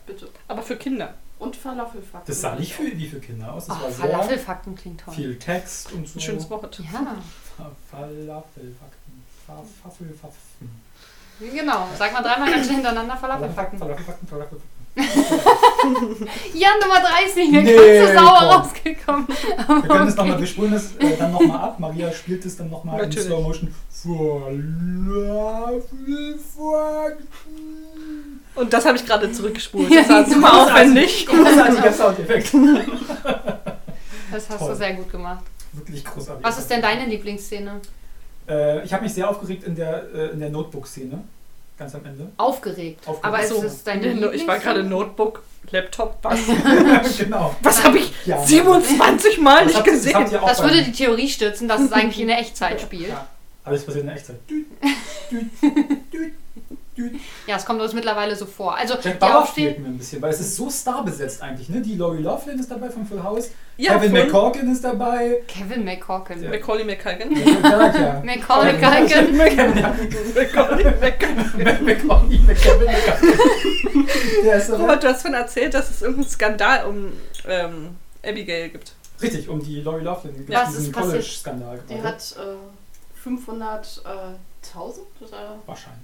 [SPEAKER 4] Bitte.
[SPEAKER 1] Aber für Kinder.
[SPEAKER 4] Und Falafelfakten.
[SPEAKER 3] Das sah nicht für, wie für Kinder aus. Das
[SPEAKER 2] Ach,
[SPEAKER 3] war sehr
[SPEAKER 2] Falafelfakten klingt toll.
[SPEAKER 3] viel Text und so.
[SPEAKER 1] Ein schönes Wort.
[SPEAKER 2] Ja,
[SPEAKER 3] Fa- Falafelfakten. Fa- Fafelfakten.
[SPEAKER 2] genau. Sag mal dreimal ganz schnell hintereinander Falafelfakten.
[SPEAKER 3] Falafelfakten, Falafelfakten.
[SPEAKER 2] Ja, Nummer 30, wir
[SPEAKER 3] Nee,
[SPEAKER 2] sind so sauer
[SPEAKER 3] komm.
[SPEAKER 2] rausgekommen.
[SPEAKER 3] Wir können das nochmal, wir spulen das äh, dann nochmal ab. Maria spielt es dann nochmal in
[SPEAKER 1] Natürlich.
[SPEAKER 3] Slow Motion. Falafelfakten.
[SPEAKER 1] Und das habe ich gerade
[SPEAKER 3] <laughs>
[SPEAKER 1] zurückgespult.
[SPEAKER 2] Ja,
[SPEAKER 1] Das war
[SPEAKER 2] die-
[SPEAKER 1] super aufwendig.
[SPEAKER 3] Großartiger Soundeffekt.
[SPEAKER 2] Das hast
[SPEAKER 3] Toll.
[SPEAKER 2] du sehr gut gemacht.
[SPEAKER 3] Wirklich großartig.
[SPEAKER 2] Was ist denn deine Lieblingsszene?
[SPEAKER 3] Äh, ich habe mich sehr aufgeregt in der, äh, in der Notebook-Szene. Ganz
[SPEAKER 1] <laughs>
[SPEAKER 3] am Ende.
[SPEAKER 2] Aufgeregt.
[SPEAKER 3] Aufgeregt. Also,
[SPEAKER 2] Aber ist
[SPEAKER 1] So.
[SPEAKER 2] es deine
[SPEAKER 1] Ich war
[SPEAKER 2] Lieblings-
[SPEAKER 1] gerade Notebook, Laptop, was?
[SPEAKER 3] genau.
[SPEAKER 1] Was habe ich
[SPEAKER 3] Ja.
[SPEAKER 1] 27 Mal
[SPEAKER 3] Das
[SPEAKER 1] nicht
[SPEAKER 3] habt ihr- das habt
[SPEAKER 1] gesehen?
[SPEAKER 3] ihr auch
[SPEAKER 2] Das
[SPEAKER 3] bei
[SPEAKER 2] würde
[SPEAKER 3] mir.
[SPEAKER 2] die Theorie stützen, dass es eigentlich in der Echtzeit spielt.
[SPEAKER 3] Ja. Aber das passiert in der Echtzeit. Düt, düt, düt, düt.
[SPEAKER 2] Ja, es kommt uns mittlerweile so vor. Also,
[SPEAKER 3] Jack
[SPEAKER 2] die
[SPEAKER 3] Bauer
[SPEAKER 2] Aufstehen.
[SPEAKER 3] fehlt mir ein bisschen, weil es ist so starbesetzt eigentlich. Ne? Die Lori Loughlin ist dabei von Full House, Kevin
[SPEAKER 1] voll.
[SPEAKER 3] McCorkin ist
[SPEAKER 2] <laughs>
[SPEAKER 3] dabei.
[SPEAKER 2] Kevin McCorkin.
[SPEAKER 3] Ja.
[SPEAKER 1] Macaulay McCulkin.
[SPEAKER 3] Ja, ja.
[SPEAKER 2] Macaulay
[SPEAKER 1] <laughs>
[SPEAKER 2] Culkin.
[SPEAKER 1] Macaulay McCulkin.
[SPEAKER 3] McCorkin, McKevin, McCorkin. Der ist dabei.
[SPEAKER 1] Robert, du hast von erzählt, dass es irgendeinen Skandal um ähm, Abigail gibt.
[SPEAKER 3] Richtig, um die Lori Loughlin.
[SPEAKER 2] Ja,
[SPEAKER 3] diesen
[SPEAKER 2] was ist passiert?
[SPEAKER 3] College-Skandal.
[SPEAKER 4] Die
[SPEAKER 3] gerade.
[SPEAKER 4] hat äh, 500.000 äh,
[SPEAKER 3] Wahrscheinlich.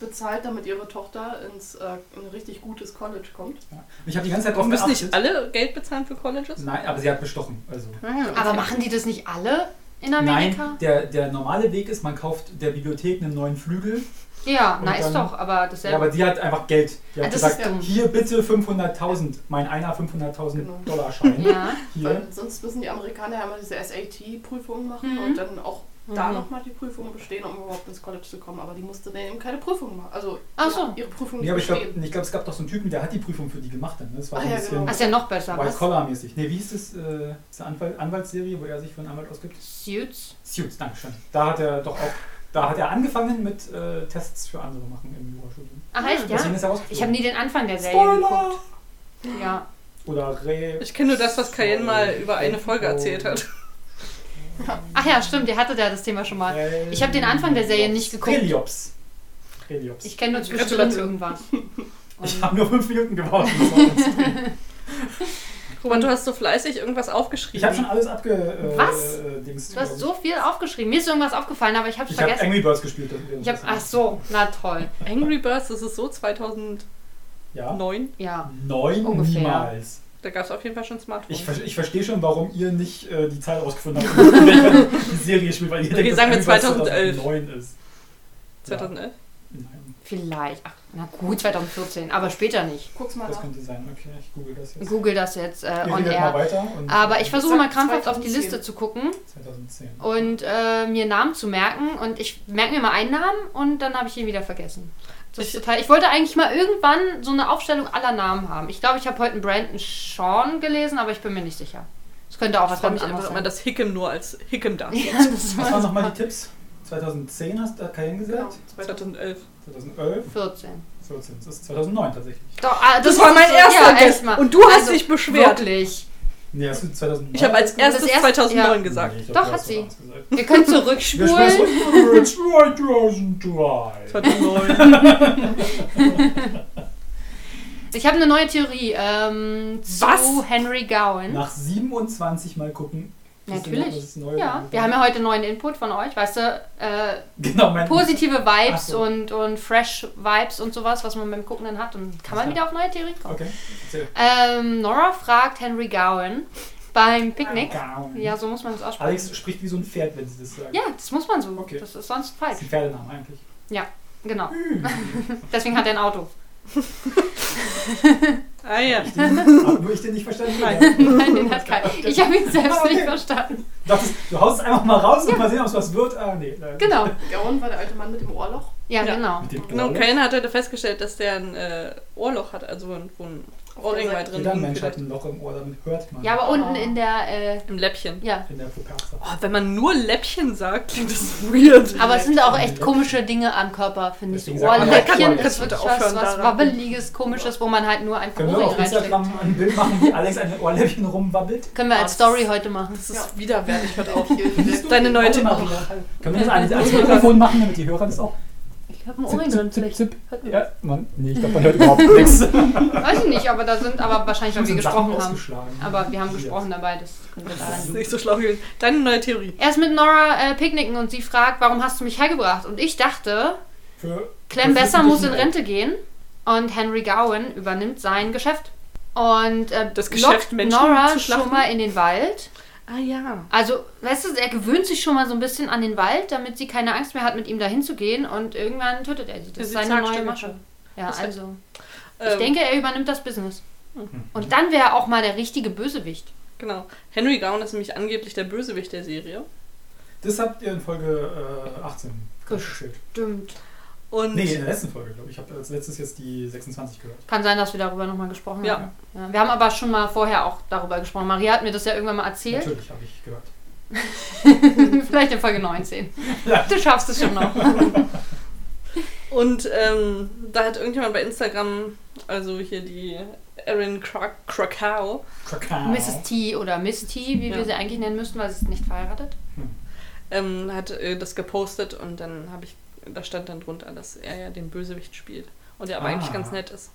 [SPEAKER 4] bezahlt, damit ihre Tochter ins äh, ein richtig gutes College kommt.
[SPEAKER 3] Ja. Und Ich habe die ganze Zeit drauf
[SPEAKER 1] Und müssen nicht
[SPEAKER 3] geachtet.
[SPEAKER 1] alle Geld bezahlen für Colleges?
[SPEAKER 3] Nein, aber sie hat bestochen. Also.
[SPEAKER 2] Aber machen die das nicht alle in Amerika?
[SPEAKER 3] Nein, der, der normale Weg ist, man kauft der Bibliothek einen neuen Flügel.
[SPEAKER 2] Ja,
[SPEAKER 3] Und
[SPEAKER 2] na ist
[SPEAKER 3] dann-
[SPEAKER 2] doch, aber dasselbe.
[SPEAKER 3] Ja, aber die hat einfach Geld. Die
[SPEAKER 2] Ah,
[SPEAKER 3] hat
[SPEAKER 2] das
[SPEAKER 3] gesagt,
[SPEAKER 2] ist dumm.
[SPEAKER 3] hier bitte 500.000, mein einer 500.000
[SPEAKER 4] Genau.
[SPEAKER 3] Dollar Schein.
[SPEAKER 2] <laughs> Ja.
[SPEAKER 3] Hier.
[SPEAKER 4] Weil sonst müssen die Amerikaner ja immer diese SAT-Prüfungen machen
[SPEAKER 2] Mhm.
[SPEAKER 4] und dann auch da
[SPEAKER 1] Mhm.
[SPEAKER 4] nochmal die Prüfung bestehen, um überhaupt ins College zu kommen. Aber die musste dann eben keine Prüfung machen. Also
[SPEAKER 2] Ach
[SPEAKER 4] ja,
[SPEAKER 2] so.
[SPEAKER 4] ihre Prüfung
[SPEAKER 3] Nee,
[SPEAKER 4] nicht
[SPEAKER 3] aber ich glaube,
[SPEAKER 4] bestehen.
[SPEAKER 3] ich glaub, es gab doch so einen Typen, der hat die Prüfung für die gemacht. Dann. ne? Das war so
[SPEAKER 4] Ah,
[SPEAKER 3] ein
[SPEAKER 4] ja,
[SPEAKER 3] bisschen
[SPEAKER 4] genau.
[SPEAKER 2] Das ist ja noch besser. Was?
[SPEAKER 3] White-Collar-mäßig. Nee, wie hieß das? Äh, diese Anwalt Anwaltsserie, wo er sich für einen Anwalt ausgibt?
[SPEAKER 2] Suits?
[SPEAKER 3] Suits, Dankeschön. Da hat er doch auch, da hat er angefangen mit äh, Tests für andere machen im Jurastudium.
[SPEAKER 2] Ach, echt, ja?
[SPEAKER 3] Deswegen ist er
[SPEAKER 2] Ich habe
[SPEAKER 3] rausgeflogen.
[SPEAKER 2] nie den Anfang der Serie
[SPEAKER 3] Spoiler!
[SPEAKER 2] geguckt. Ja.
[SPEAKER 3] Oder Re.
[SPEAKER 1] Ich kenne nur das, was Cayenne mal über eine
[SPEAKER 3] Oh.
[SPEAKER 1] Folge erzählt hat.
[SPEAKER 2] Ach ja, stimmt, ihr hattet ja das Thema schon mal.
[SPEAKER 3] Re-
[SPEAKER 2] Ich habe den Anfang der Serie nicht geguckt.
[SPEAKER 3] Reliops. Reliops.
[SPEAKER 2] Ich
[SPEAKER 3] Ich,
[SPEAKER 2] kenne nur zwischendrin
[SPEAKER 1] Gratulation.
[SPEAKER 2] irgendwas. Und
[SPEAKER 3] habe nur fünf Minuten gebraucht. um das <laughs> aufzunehmen.
[SPEAKER 1] Robert, du hast so fleißig irgendwas aufgeschrieben.
[SPEAKER 3] ich habe schon alles abge. Äh,
[SPEAKER 2] Was?
[SPEAKER 3] äh, Dings,
[SPEAKER 2] du hast
[SPEAKER 3] glaub
[SPEAKER 2] so viel aufgeschrieben. Mir ist irgendwas aufgefallen, aber ich habe es
[SPEAKER 3] ich. Ich habe
[SPEAKER 2] vergessen.
[SPEAKER 3] Angry Birds gespielt.
[SPEAKER 2] Ich hab, ach so, na toll.
[SPEAKER 1] Angry Birds, das ist so 2009.
[SPEAKER 3] Ja.
[SPEAKER 2] Ja.
[SPEAKER 3] Neun
[SPEAKER 2] Ungefähr.
[SPEAKER 3] niemals.
[SPEAKER 1] Da gab es auf jeden Fall schon Smartphones.
[SPEAKER 3] Ich, ver ich verstehe schon, warum ihr nicht äh, die Zahl rausgefunden
[SPEAKER 2] <laughs>
[SPEAKER 3] habt, in welcher die Serie spielt, weil ihr
[SPEAKER 1] Okay,
[SPEAKER 3] denkt,
[SPEAKER 1] sagen wir
[SPEAKER 3] dass Angry Birds
[SPEAKER 1] 2011.
[SPEAKER 3] 2009 ist.
[SPEAKER 1] 2011.
[SPEAKER 3] Ja. Nein,
[SPEAKER 2] Vielleicht. Ach, na gut, 2014, aber später nicht.
[SPEAKER 4] Guck's mal
[SPEAKER 3] das
[SPEAKER 4] nach.
[SPEAKER 3] könnte sein. Okay, ich google das jetzt.
[SPEAKER 2] Google das jetzt äh,
[SPEAKER 3] Ihr
[SPEAKER 2] on
[SPEAKER 3] redet mal
[SPEAKER 2] air.
[SPEAKER 3] weiter. Und
[SPEAKER 2] Aber ich versuche
[SPEAKER 4] Sag
[SPEAKER 2] mal krampfhaft auf die
[SPEAKER 4] 2010.
[SPEAKER 2] Liste zu gucken
[SPEAKER 3] 2010.
[SPEAKER 2] und äh, mir Namen zu merken. Und ich merke mir mal einen Namen und dann habe ich ihn wieder vergessen. Das ist
[SPEAKER 1] Ich-
[SPEAKER 2] total, ich wollte eigentlich mal irgendwann so eine Aufstellung aller Namen haben. Ich glaube, ich habe heute einen Brandon Sean gelesen, aber ich bin mir nicht sicher. Es könnte auch
[SPEAKER 1] Ich
[SPEAKER 2] was
[SPEAKER 1] freue
[SPEAKER 2] ganz
[SPEAKER 1] mich einfach
[SPEAKER 2] anderes
[SPEAKER 1] immer,
[SPEAKER 2] sein.
[SPEAKER 1] dass Hickam nur als Hickam da ist.
[SPEAKER 2] <laughs> Ja, das
[SPEAKER 3] Was waren
[SPEAKER 2] war <laughs>
[SPEAKER 3] nochmal die Tipps? 2010 hast du Kayen
[SPEAKER 4] Genau.
[SPEAKER 3] gesagt?
[SPEAKER 1] 2011.
[SPEAKER 2] Genau.
[SPEAKER 3] 2011,
[SPEAKER 2] 14.
[SPEAKER 3] 14. Das ist 2009 tatsächlich.
[SPEAKER 2] Doch, ah,
[SPEAKER 1] Das war
[SPEAKER 2] ist
[SPEAKER 1] mein
[SPEAKER 2] so-
[SPEAKER 1] erster
[SPEAKER 2] ja,
[SPEAKER 1] Guess.
[SPEAKER 2] echt mal.
[SPEAKER 1] Und du hast
[SPEAKER 2] Also,
[SPEAKER 1] dich beschwert.
[SPEAKER 2] Wirklich.
[SPEAKER 3] Nee, hast du 2009?
[SPEAKER 1] Ich habe als erstes
[SPEAKER 2] erste-
[SPEAKER 1] 2009
[SPEAKER 2] ja.
[SPEAKER 1] gesagt.
[SPEAKER 3] Nee, ich
[SPEAKER 2] Doch,
[SPEAKER 3] du
[SPEAKER 2] hat
[SPEAKER 3] hast
[SPEAKER 2] sie.
[SPEAKER 3] was gesagt.
[SPEAKER 1] <laughs>
[SPEAKER 2] Wir können
[SPEAKER 3] Wir
[SPEAKER 2] zurückspulen. <laughs>
[SPEAKER 3] sprechen über 2003.
[SPEAKER 1] 2009.
[SPEAKER 3] <laughs>
[SPEAKER 2] Ich habe eine neue Theorie ähm, zu
[SPEAKER 1] Was?
[SPEAKER 2] Henry Gowan.
[SPEAKER 3] Nach 27 Mal gucken. ist
[SPEAKER 2] Natürlich.
[SPEAKER 3] das Neue
[SPEAKER 2] Ja, wir haben ja heute neuen Input von euch, weißt du, äh,
[SPEAKER 3] genau, mein
[SPEAKER 2] positive
[SPEAKER 3] Ach
[SPEAKER 2] Vibes
[SPEAKER 3] so.
[SPEAKER 2] und, und fresh Vibes und sowas, was man beim Gucken dann hat und kann man
[SPEAKER 3] Ja.
[SPEAKER 2] wieder auf neue Theorien kommen.
[SPEAKER 3] Okay. erzähl.
[SPEAKER 2] Ähm, Nora fragt Henry Gowan beim Picknick.
[SPEAKER 3] Gown.
[SPEAKER 2] Ja, so muss man das aussprechen.
[SPEAKER 3] Alex spricht wie so ein Pferd, wenn sie das sagt.
[SPEAKER 2] Ja, das muss man so.
[SPEAKER 3] Okay. Hm.
[SPEAKER 2] Das ist sonst
[SPEAKER 3] Das ist
[SPEAKER 2] falsch.
[SPEAKER 3] ein
[SPEAKER 2] <laughs>
[SPEAKER 3] Pferdenamen eigentlich. <laughs>
[SPEAKER 2] Genau. Deswegen hat er ein Auto.
[SPEAKER 1] ah ja.
[SPEAKER 3] Hab nur ich den nicht verstanden.
[SPEAKER 1] Nein.
[SPEAKER 2] Nein, den hat
[SPEAKER 3] <laughs>
[SPEAKER 2] keiner. Ich habe ihn selbst
[SPEAKER 3] Okay.
[SPEAKER 2] nicht verstanden.
[SPEAKER 3] Dachtest, du haust es einfach mal raus und mal sehen, ob es was wird. Ah, nee. nein.
[SPEAKER 2] Genau.
[SPEAKER 4] Gaon war der alte Mann mit dem Ohrloch.
[SPEAKER 2] Ja,
[SPEAKER 1] Ja.
[SPEAKER 2] genau.
[SPEAKER 3] Mit dem
[SPEAKER 1] Genau,
[SPEAKER 3] Ohrloch.
[SPEAKER 1] Kane hat heute festgestellt, dass der ein äh, Ohrloch hat, also ein, wo ein Ohrring
[SPEAKER 2] Also
[SPEAKER 1] mal drin
[SPEAKER 3] Jeder
[SPEAKER 1] liegt.
[SPEAKER 3] Mensch hat
[SPEAKER 1] vielleicht.
[SPEAKER 3] ein Loch im Ohr, damit hört man.
[SPEAKER 2] Ja, aber unten
[SPEAKER 4] Oh.
[SPEAKER 2] in der, äh,
[SPEAKER 1] Im Läppchen.
[SPEAKER 2] ja.
[SPEAKER 3] In der Pokerze.
[SPEAKER 1] Oh, wenn man nur Läppchen sagt, klingt das weird.
[SPEAKER 2] Aber es sind auch echt komische Dinge am Körper, finde ich. So
[SPEAKER 3] Deswegen sagt man auch
[SPEAKER 2] Ohrläppchen
[SPEAKER 3] Ohrläppchen.
[SPEAKER 2] ist wirklich
[SPEAKER 1] Aufhören
[SPEAKER 2] was, was
[SPEAKER 1] daran.
[SPEAKER 2] Wabbeliges, Komisches, wo man halt nur einfach
[SPEAKER 3] Können wir
[SPEAKER 2] Ohrring
[SPEAKER 3] auf
[SPEAKER 2] reinsteckt.
[SPEAKER 3] Instagram ein Bild machen, wie Alex an den Ohrläppchen rumwabbelt?
[SPEAKER 2] Können wir als
[SPEAKER 1] Was?
[SPEAKER 2] Story heute machen.
[SPEAKER 1] Das ist widerwärtig, hört auf.
[SPEAKER 4] Hier,
[SPEAKER 1] Deine neue
[SPEAKER 3] Warte mal,
[SPEAKER 1] Theorie.
[SPEAKER 3] Können wir das als, als Mikrofon machen, damit die Hörer das auch.
[SPEAKER 2] Ich habe einen Ohrring drin, vielleicht.
[SPEAKER 3] zip. Ja, man, nee, ich glaube, man hört überhaupt nichts.
[SPEAKER 2] Weiß ich nicht, aber da sind aber wahrscheinlich, weil wir
[SPEAKER 3] Sind Sachen
[SPEAKER 2] gesprochen haben.
[SPEAKER 3] ausgeschlagen.
[SPEAKER 2] Aber wir haben gesprochen dabei, das könnte daran
[SPEAKER 1] Das ist
[SPEAKER 2] liegen.
[SPEAKER 1] nicht so schlau gewesen. Deine neue Theorie.
[SPEAKER 2] Er ist mit Nora äh, picknicken und sie fragt, warum hast du mich hergebracht? Und ich dachte,
[SPEAKER 3] Für
[SPEAKER 2] Clem
[SPEAKER 3] für
[SPEAKER 2] Besser muss in
[SPEAKER 3] öffentlichen
[SPEAKER 2] Rente gehen und Henry Gowan übernimmt sein Geschäft. Und äh,
[SPEAKER 1] Das Geschäft,
[SPEAKER 2] lockt
[SPEAKER 1] Menschen
[SPEAKER 2] Nora
[SPEAKER 1] zu
[SPEAKER 2] schon
[SPEAKER 1] schlachten?
[SPEAKER 2] mal in den Wald.
[SPEAKER 1] Ah ja.
[SPEAKER 2] Also, weißt du, er gewöhnt sich schon mal so ein bisschen an den Wald, damit sie keine Angst mehr hat, mit ihm dahin zu gehen und irgendwann tötet er sie. Das ist
[SPEAKER 1] Sie
[SPEAKER 2] seine
[SPEAKER 1] sagt,
[SPEAKER 2] neue
[SPEAKER 1] stimmt.
[SPEAKER 2] Masche. Ja,
[SPEAKER 1] Das-
[SPEAKER 2] also. Ich
[SPEAKER 1] Ähm,
[SPEAKER 2] denke, er übernimmt das Business.
[SPEAKER 3] Hm.
[SPEAKER 2] Und dann wäre er auch mal der richtige Bösewicht.
[SPEAKER 1] Genau. Henry Gown ist nämlich angeblich der Bösewicht der Serie.
[SPEAKER 3] Das habt ihr in Folge äh, 18
[SPEAKER 2] Gesch-
[SPEAKER 3] geschickt.
[SPEAKER 2] Stimmt.
[SPEAKER 1] Und
[SPEAKER 3] Nee, in der letzten Folge, glaube ich. Ich habe als letztes jetzt die 26 gehört.
[SPEAKER 2] Kann sein, dass wir darüber nochmal gesprochen
[SPEAKER 1] Ja.
[SPEAKER 2] haben. Ja, wir haben aber schon mal vorher auch darüber gesprochen. Maria hat mir das ja irgendwann mal erzählt.
[SPEAKER 3] Natürlich habe ich gehört.
[SPEAKER 2] <laughs> Vielleicht in Folge 19. Du schaffst es schon noch.
[SPEAKER 1] Und ähm, da hat irgendjemand bei Instagram, also hier die Erin Kra- Krakau,
[SPEAKER 3] Krakau.
[SPEAKER 2] Mrs. T oder Miss T, wie
[SPEAKER 1] Ja.
[SPEAKER 2] wir sie eigentlich nennen müssten, weil sie ist nicht verheiratet.
[SPEAKER 1] ähm, hat äh, das gepostet und dann habe ich, da stand dann drunter, dass er ja den Bösewicht spielt und er aber
[SPEAKER 3] Ah.
[SPEAKER 1] eigentlich ganz nett ist.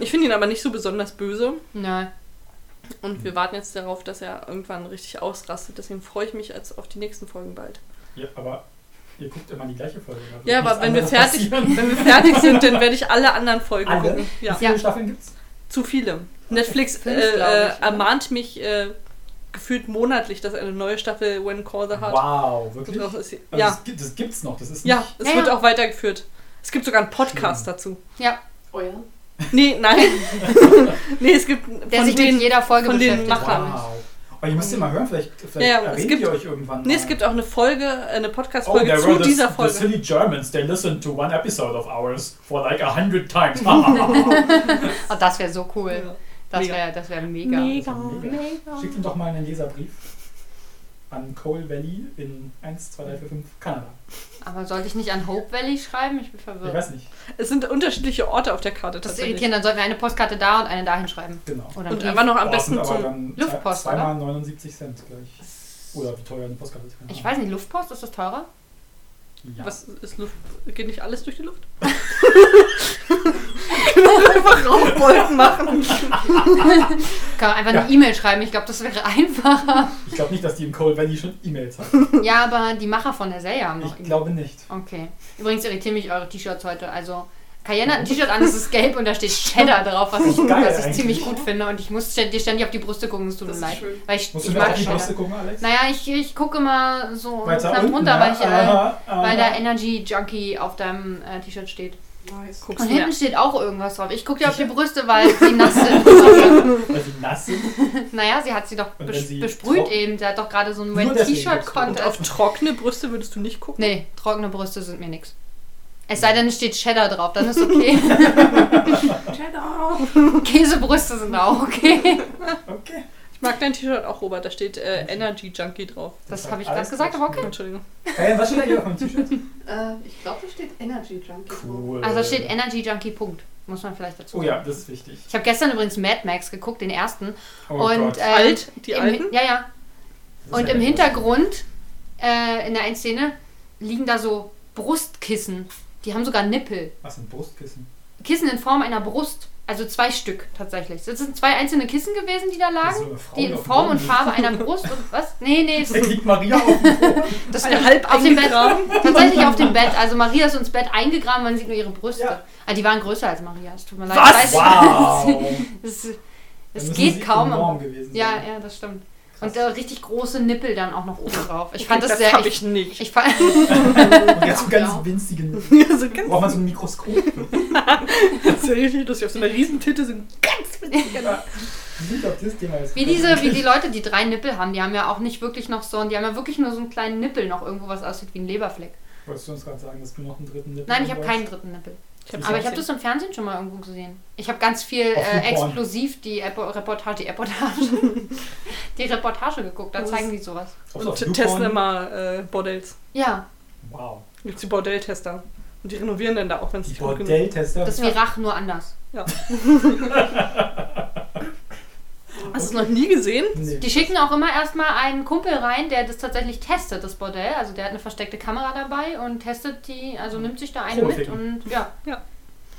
[SPEAKER 1] Ich finde ihn aber nicht so besonders böse
[SPEAKER 2] Nein.
[SPEAKER 1] und wir warten jetzt darauf, dass er irgendwann richtig ausrastet. Deswegen freue ich mich als auf die nächsten Folgen bald.
[SPEAKER 3] Ja, aber ihr guckt immer die gleiche Folge. da wird
[SPEAKER 1] Ja,
[SPEAKER 3] nichts
[SPEAKER 1] aber wenn wir,
[SPEAKER 3] anderes
[SPEAKER 1] fertig,
[SPEAKER 3] passieren.
[SPEAKER 1] wenn wir fertig sind, dann werde ich alle anderen Folgen
[SPEAKER 3] Alle?
[SPEAKER 1] gucken.
[SPEAKER 3] Wie
[SPEAKER 1] Ja,
[SPEAKER 3] viele
[SPEAKER 2] Ja.
[SPEAKER 3] Staffeln gibt's?
[SPEAKER 1] zu viele. Netflix äh,
[SPEAKER 2] Fünf, glaub ich,
[SPEAKER 1] äh,
[SPEAKER 2] oder?
[SPEAKER 1] ermahnt mich äh, gefühlt monatlich, dass eine neue Staffel When Call the Heart
[SPEAKER 3] Wow, wirklich?
[SPEAKER 1] Noch ist sie-
[SPEAKER 3] Also
[SPEAKER 1] Ja,
[SPEAKER 3] Das, gibt- das gibt's noch. Das ist
[SPEAKER 1] ja,
[SPEAKER 3] nicht.
[SPEAKER 1] es
[SPEAKER 2] Ja,
[SPEAKER 1] wird
[SPEAKER 2] ja.
[SPEAKER 1] auch weitergeführt. Es gibt sogar einen Podcast dazu.
[SPEAKER 2] Ja,
[SPEAKER 4] Oh ja.
[SPEAKER 1] Nee,
[SPEAKER 3] <laughs>
[SPEAKER 1] nein. nee, es gibt
[SPEAKER 2] der
[SPEAKER 1] von
[SPEAKER 2] sich
[SPEAKER 1] denen,
[SPEAKER 2] mit jeder Folge
[SPEAKER 1] von denen
[SPEAKER 2] beschäftigt.
[SPEAKER 1] macht- Machern.
[SPEAKER 3] Wow. Aber ihr müsst ihr mal hören, vielleicht, vielleicht
[SPEAKER 1] Ja, ja, es
[SPEAKER 3] erwähnt
[SPEAKER 1] gibt-
[SPEAKER 3] ihr euch irgendwann.
[SPEAKER 1] Nee,
[SPEAKER 3] mal.
[SPEAKER 1] es gibt auch eine Folge, äh, eine
[SPEAKER 3] Oh,
[SPEAKER 1] Podcast-Folge
[SPEAKER 3] there
[SPEAKER 1] zu
[SPEAKER 3] were the,
[SPEAKER 1] dieser
[SPEAKER 3] the
[SPEAKER 1] Folge.
[SPEAKER 3] silly Germans. They listened to one episode of ours for like a
[SPEAKER 1] <laughs>
[SPEAKER 3] hundred times. Ah. Schickt
[SPEAKER 2] Oh, das wäre so cool.
[SPEAKER 1] Ja.
[SPEAKER 2] Das
[SPEAKER 1] Mega.
[SPEAKER 2] wäre das wär mega.
[SPEAKER 1] Mega.
[SPEAKER 3] ihm doch mal einen Leserbrief an Coal Valley in 1, 2, 3, 4, 5, Kanada.
[SPEAKER 2] Aber sollte ich nicht an Hope Valley schreiben? Ich bin
[SPEAKER 3] Ich
[SPEAKER 2] verwirrt.
[SPEAKER 3] weiß nicht.
[SPEAKER 1] Es sind unterschiedliche Orte auf der Karte
[SPEAKER 2] das ist
[SPEAKER 1] tatsächlich.
[SPEAKER 2] irritierend. Dann sollten wir eine Postkarte da und eine dahin schreiben.
[SPEAKER 3] Genau.
[SPEAKER 2] Oder
[SPEAKER 1] Und
[SPEAKER 2] einen
[SPEAKER 1] einfach noch am
[SPEAKER 3] Boah, das sind
[SPEAKER 1] besten
[SPEAKER 3] aber
[SPEAKER 1] zum.
[SPEAKER 3] dann
[SPEAKER 2] Luftpost,
[SPEAKER 3] zwei- zweimal 79 Cent gleich. Oder wie teuer eine Postkarte ist. keine
[SPEAKER 2] Ich
[SPEAKER 3] Ahnung.
[SPEAKER 2] weiß nicht, Luftpost, ist das teurer?
[SPEAKER 3] Ja.
[SPEAKER 1] Was ist Luft? Geht nicht alles durch die <laughs> Luft? <laughs> Rauchwolken machen.
[SPEAKER 2] Kann man einfach
[SPEAKER 3] Ja.
[SPEAKER 2] eine E-Mail schreiben. Ich glaube, das wäre <laughs> einfacher.
[SPEAKER 3] Ich glaube nicht, dass die im Coal Valley schon
[SPEAKER 1] <laughs>
[SPEAKER 3] E-Mails haben.
[SPEAKER 2] ja, aber die Macher von der Serie haben noch
[SPEAKER 3] Ich glaube nicht.
[SPEAKER 2] Okay. Übrigens irritieren mich eure T-Shirts heute. Also, Cayenne hat ein T-Shirt an, es ist gelb und da <laughs> steht Cheddar drauf, was ich,
[SPEAKER 3] Geil
[SPEAKER 2] was ich
[SPEAKER 3] eigentlich.
[SPEAKER 2] ziemlich gut finde. Und ich muss ständ- dir ständig auf die Brüste gucken, es tut
[SPEAKER 4] Das
[SPEAKER 2] mir
[SPEAKER 4] ist
[SPEAKER 2] leid.
[SPEAKER 4] schön.
[SPEAKER 2] Weil ich,
[SPEAKER 3] Musst
[SPEAKER 2] ich
[SPEAKER 3] du mir auf
[SPEAKER 2] mag
[SPEAKER 3] die
[SPEAKER 2] Cheddar.
[SPEAKER 3] Brüste gucken, Alex?
[SPEAKER 2] Naja, ich, ich gucke mal so
[SPEAKER 3] Weiter
[SPEAKER 2] knapp
[SPEAKER 3] unten, ne? Ah.
[SPEAKER 2] runter,
[SPEAKER 3] ja.
[SPEAKER 2] weil, ich, äh,
[SPEAKER 3] Aha, aha.
[SPEAKER 2] weil da Energy Junkie auf deinem äh, T-Shirt steht.
[SPEAKER 4] Nice.
[SPEAKER 1] Guckst
[SPEAKER 2] Und
[SPEAKER 1] du mir
[SPEAKER 2] hinten steht auch irgendwas drauf. Ich gucke dir auf die Brüste, weil sie nass <laughs> sind.
[SPEAKER 3] Weil sie nass sind.
[SPEAKER 2] naja, sie hat sie doch
[SPEAKER 3] Und wenn
[SPEAKER 2] bes
[SPEAKER 3] sie
[SPEAKER 2] besprüht
[SPEAKER 3] trock-
[SPEAKER 2] eben. Sie hat doch gerade so einen
[SPEAKER 3] Nur deswegen
[SPEAKER 1] Und
[SPEAKER 2] Wet-T-Shirt-Contest.
[SPEAKER 1] auf trockene Brüste würdest du nicht gucken?
[SPEAKER 2] Nee, trockene Brüste sind mir nix. Es sei denn, es steht Cheddar drauf, dann ist okay.
[SPEAKER 3] <laughs>
[SPEAKER 4] Cheddar!
[SPEAKER 2] Käsebrüste sind auch okay.
[SPEAKER 3] Okay.
[SPEAKER 1] Ich mag dein T-Shirt auch, Robert. Da steht äh, Energy Junkie drauf.
[SPEAKER 2] Das
[SPEAKER 3] hat
[SPEAKER 2] habe ich gerade
[SPEAKER 3] alles
[SPEAKER 2] gesagt, aber okay.
[SPEAKER 1] Entschuldigung.
[SPEAKER 3] Hey, was steht da hier auf dem T-Shirt? <laughs>
[SPEAKER 4] Äh, ich glaube, da steht Energy Junkie. drauf.
[SPEAKER 3] Cool.
[SPEAKER 2] Also da steht Energy Junkie, Punkt. Muss man vielleicht dazu
[SPEAKER 3] Äh, Oh
[SPEAKER 2] sagen.
[SPEAKER 3] ja, das ist wichtig.
[SPEAKER 2] Ich habe gestern übrigens Mad Max geguckt, den ersten.
[SPEAKER 3] Oh
[SPEAKER 2] und
[SPEAKER 3] Gott.
[SPEAKER 2] ähm,
[SPEAKER 1] Alt? Die
[SPEAKER 2] im,
[SPEAKER 1] Alten?
[SPEAKER 2] Ja, ja.
[SPEAKER 3] Das ist
[SPEAKER 2] Und
[SPEAKER 3] ja
[SPEAKER 2] im
[SPEAKER 3] groß.
[SPEAKER 2] Hintergrund, äh, in der einen Szene, liegen da so Brustkissen. Die haben sogar Nippel.
[SPEAKER 3] Was ein <laughs> Brustkissen.
[SPEAKER 2] Kissen in Form einer Brust. Also zwei Stück tatsächlich. Das sind zwei einzelne Kissen gewesen, die da
[SPEAKER 3] Das ist
[SPEAKER 2] lagen.
[SPEAKER 3] so eine Frau,
[SPEAKER 2] Die
[SPEAKER 3] die
[SPEAKER 2] in
[SPEAKER 3] auf dem
[SPEAKER 2] Form und
[SPEAKER 3] Boden
[SPEAKER 2] Farbe einer Brust und was? Nee, nee. es
[SPEAKER 3] Da
[SPEAKER 2] ist-
[SPEAKER 3] liegt Maria auf dem Boden.
[SPEAKER 2] Das
[SPEAKER 1] Eine
[SPEAKER 2] stimmt.
[SPEAKER 1] halb
[SPEAKER 2] auf dem Bett.
[SPEAKER 1] eingegraben.
[SPEAKER 2] Tatsächlich auf dem Bett. Also Maria ist ins Bett eingegraben, man sieht nur ihre Brüste.
[SPEAKER 3] Ja.
[SPEAKER 2] Ah, die waren größer als Maria. Es tut mir leid.
[SPEAKER 1] Was?
[SPEAKER 2] Ich weiß-
[SPEAKER 3] Wow.
[SPEAKER 2] Es,
[SPEAKER 3] Dann
[SPEAKER 2] es
[SPEAKER 3] müssen
[SPEAKER 2] geht
[SPEAKER 3] sie
[SPEAKER 2] kaum.
[SPEAKER 3] enorm
[SPEAKER 2] aber-
[SPEAKER 3] gewesen
[SPEAKER 2] ja, <laughs>
[SPEAKER 3] sein.
[SPEAKER 2] ja, das stimmt. Und äh, richtig große Nippel dann auch noch oben drauf. Ich
[SPEAKER 1] Ich
[SPEAKER 2] fand
[SPEAKER 1] fand
[SPEAKER 2] das,
[SPEAKER 1] das
[SPEAKER 2] sehr.
[SPEAKER 1] habe ich <laughs> nicht.
[SPEAKER 2] ich fand, <laughs>
[SPEAKER 3] Und jetzt so ganz
[SPEAKER 4] Ja.
[SPEAKER 3] winzigen.
[SPEAKER 1] so ganz
[SPEAKER 3] Braucht man so ein Mikroskop?
[SPEAKER 1] das ist ja richtig lustig. Auf so einer Riesentitte sind ganz winzige
[SPEAKER 3] Ja. Wie sind auf dieses Thema jetzt?
[SPEAKER 2] wie diese, wie die Leute, die drei Nippel haben, die haben ja auch nicht wirklich noch so, die haben ja wirklich nur so einen kleinen Nippel noch irgendwo, was aussieht wie ein Leberfleck.
[SPEAKER 3] Wolltest du uns gerade sagen, dass du noch einen dritten Nippel
[SPEAKER 2] Nein, ich habe
[SPEAKER 3] hast?
[SPEAKER 2] keinen dritten Nippel.
[SPEAKER 1] hab's
[SPEAKER 2] Aber
[SPEAKER 1] nicht
[SPEAKER 2] ich habe
[SPEAKER 1] gesehen.
[SPEAKER 2] das im Fernsehen schon mal irgendwo gesehen. Ich habe ganz viel
[SPEAKER 3] Auf
[SPEAKER 2] äh,
[SPEAKER 3] dem Porn.
[SPEAKER 2] explosiv die Epo- Reportage, die Reportage, <laughs> die Reportage geguckt. Da
[SPEAKER 1] Das
[SPEAKER 2] zeigen die sowas.
[SPEAKER 3] Ob's auf
[SPEAKER 1] Und
[SPEAKER 3] YouPorn-
[SPEAKER 1] testen immer äh, Bordells.
[SPEAKER 2] Ja,
[SPEAKER 3] Wow.
[SPEAKER 1] Gibt's die Bordelltester. Und die renovieren dann da auch, wenn es
[SPEAKER 3] Die
[SPEAKER 1] nicht gut genug
[SPEAKER 3] Bordelltester.
[SPEAKER 2] das ist wie Rach, nur anders.
[SPEAKER 1] <laughs> Hast du es noch nie gesehen?
[SPEAKER 3] Nee.
[SPEAKER 2] Die schicken auch immer erstmal einen Kumpel rein, der das tatsächlich testet, das Bordell. Also der hat eine versteckte Kamera dabei und testet die, also nimmt sich da einen mit
[SPEAKER 3] Profi.
[SPEAKER 2] und ja.
[SPEAKER 1] Ja.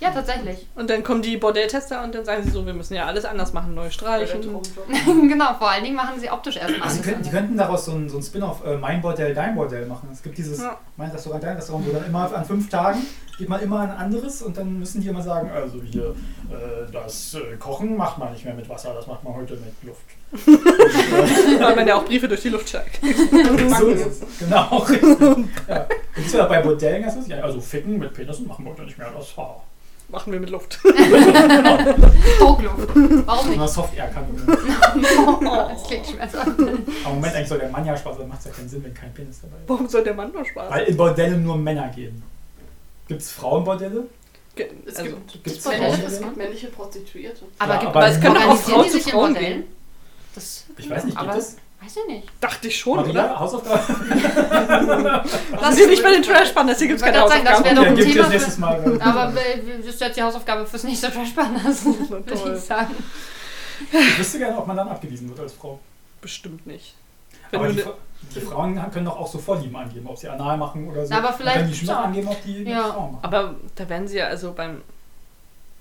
[SPEAKER 2] Ja, tatsächlich. <laughs>
[SPEAKER 1] Und dann kommen die Bordelltester und dann sagen sie so, wir müssen ja alles anders machen, neu streichen. <laughs>
[SPEAKER 2] genau, vor allen Dingen machen sie optisch erstmal
[SPEAKER 3] Ach, Also sie
[SPEAKER 2] alles.
[SPEAKER 3] könnten, die
[SPEAKER 2] anders.
[SPEAKER 3] könnten daraus so ein, so ein Spin-off, äh, mein Bordell, dein Bordell machen. Es gibt dieses
[SPEAKER 1] Ja.
[SPEAKER 3] mein Restaurant, dein Restaurant, wo dann immer an fünf Tagen geht man immer an ein anderes und dann müssen die immer sagen, also hier, äh, das äh, Kochen macht man nicht mehr mit Wasser, das macht man heute mit Luft. äh,
[SPEAKER 1] Weil man ja auch Briefe durch die Luft
[SPEAKER 2] <laughs>
[SPEAKER 1] schickt.
[SPEAKER 3] so ist es. Genau, richtig. Ja. Und das war genau, bei Bordellen ganz lustig. Also ficken mit Penissen machen wir heute nicht mehr, das war.
[SPEAKER 1] machen wir mit Luft. <laughs>
[SPEAKER 2] Druckluft. Warum
[SPEAKER 3] Oder <laughs>
[SPEAKER 2] nicht?
[SPEAKER 3] Soft Air Kanone.
[SPEAKER 2] Das klingt schmerzhaft.
[SPEAKER 3] Aber Moment, eigentlich soll der Mann ja Spaß, aber macht ja keinen Sinn, wenn kein Penis dabei ist.
[SPEAKER 1] Warum soll der Mann noch Spaß?
[SPEAKER 3] Weil in Bordellen nur Männer gehen. Gibt es Frauenbordelle?
[SPEAKER 1] Ge-
[SPEAKER 4] Es
[SPEAKER 1] also,
[SPEAKER 4] gibt,
[SPEAKER 3] gibt's
[SPEAKER 4] männliche,
[SPEAKER 2] Frauen?
[SPEAKER 4] es gibt männliche Prostituierte.
[SPEAKER 2] Aber
[SPEAKER 3] Ja,
[SPEAKER 2] gibt
[SPEAKER 3] aber
[SPEAKER 2] aber
[SPEAKER 3] es können
[SPEAKER 1] doch auch Frauen zu Frauen
[SPEAKER 2] Das,
[SPEAKER 3] Ich weiß nicht, gibt
[SPEAKER 2] aber,
[SPEAKER 3] es?
[SPEAKER 2] Weiß ich nicht.
[SPEAKER 1] dachte ich schon, oder?
[SPEAKER 3] Maria, <laughs> Hausaufgaben?
[SPEAKER 1] Lass sie nicht bei den Trash Pandas, hier gibt es
[SPEAKER 2] Ich wollte
[SPEAKER 1] keine
[SPEAKER 2] gerade sagen, das
[SPEAKER 1] Hausaufgaben.
[SPEAKER 2] wäre doch
[SPEAKER 3] Ja,
[SPEAKER 2] ein
[SPEAKER 3] gibt
[SPEAKER 2] Thema
[SPEAKER 3] es
[SPEAKER 2] für-
[SPEAKER 3] nächstes Mal.
[SPEAKER 2] Aber äh, das ist jetzt die Hausaufgabe fürs nächste Trashbanners, würde
[SPEAKER 1] toll.
[SPEAKER 2] ich sagen.
[SPEAKER 3] ich wüsste gerne, ob man dann abgewiesen wird als Frau.
[SPEAKER 1] Bestimmt nicht. Wenn
[SPEAKER 3] Aber
[SPEAKER 1] du
[SPEAKER 3] die,
[SPEAKER 1] ne,
[SPEAKER 3] Fra- die Frauen können doch auch so Vorlieben angeben, ob sie anal machen oder so.
[SPEAKER 2] Na, aber
[SPEAKER 3] Und
[SPEAKER 2] vielleicht-
[SPEAKER 3] Wenn die Schmidt
[SPEAKER 2] ja.
[SPEAKER 3] angeben, ob die die
[SPEAKER 2] Ja.
[SPEAKER 3] Frauen machen.
[SPEAKER 1] aber da werden sie ja also beim.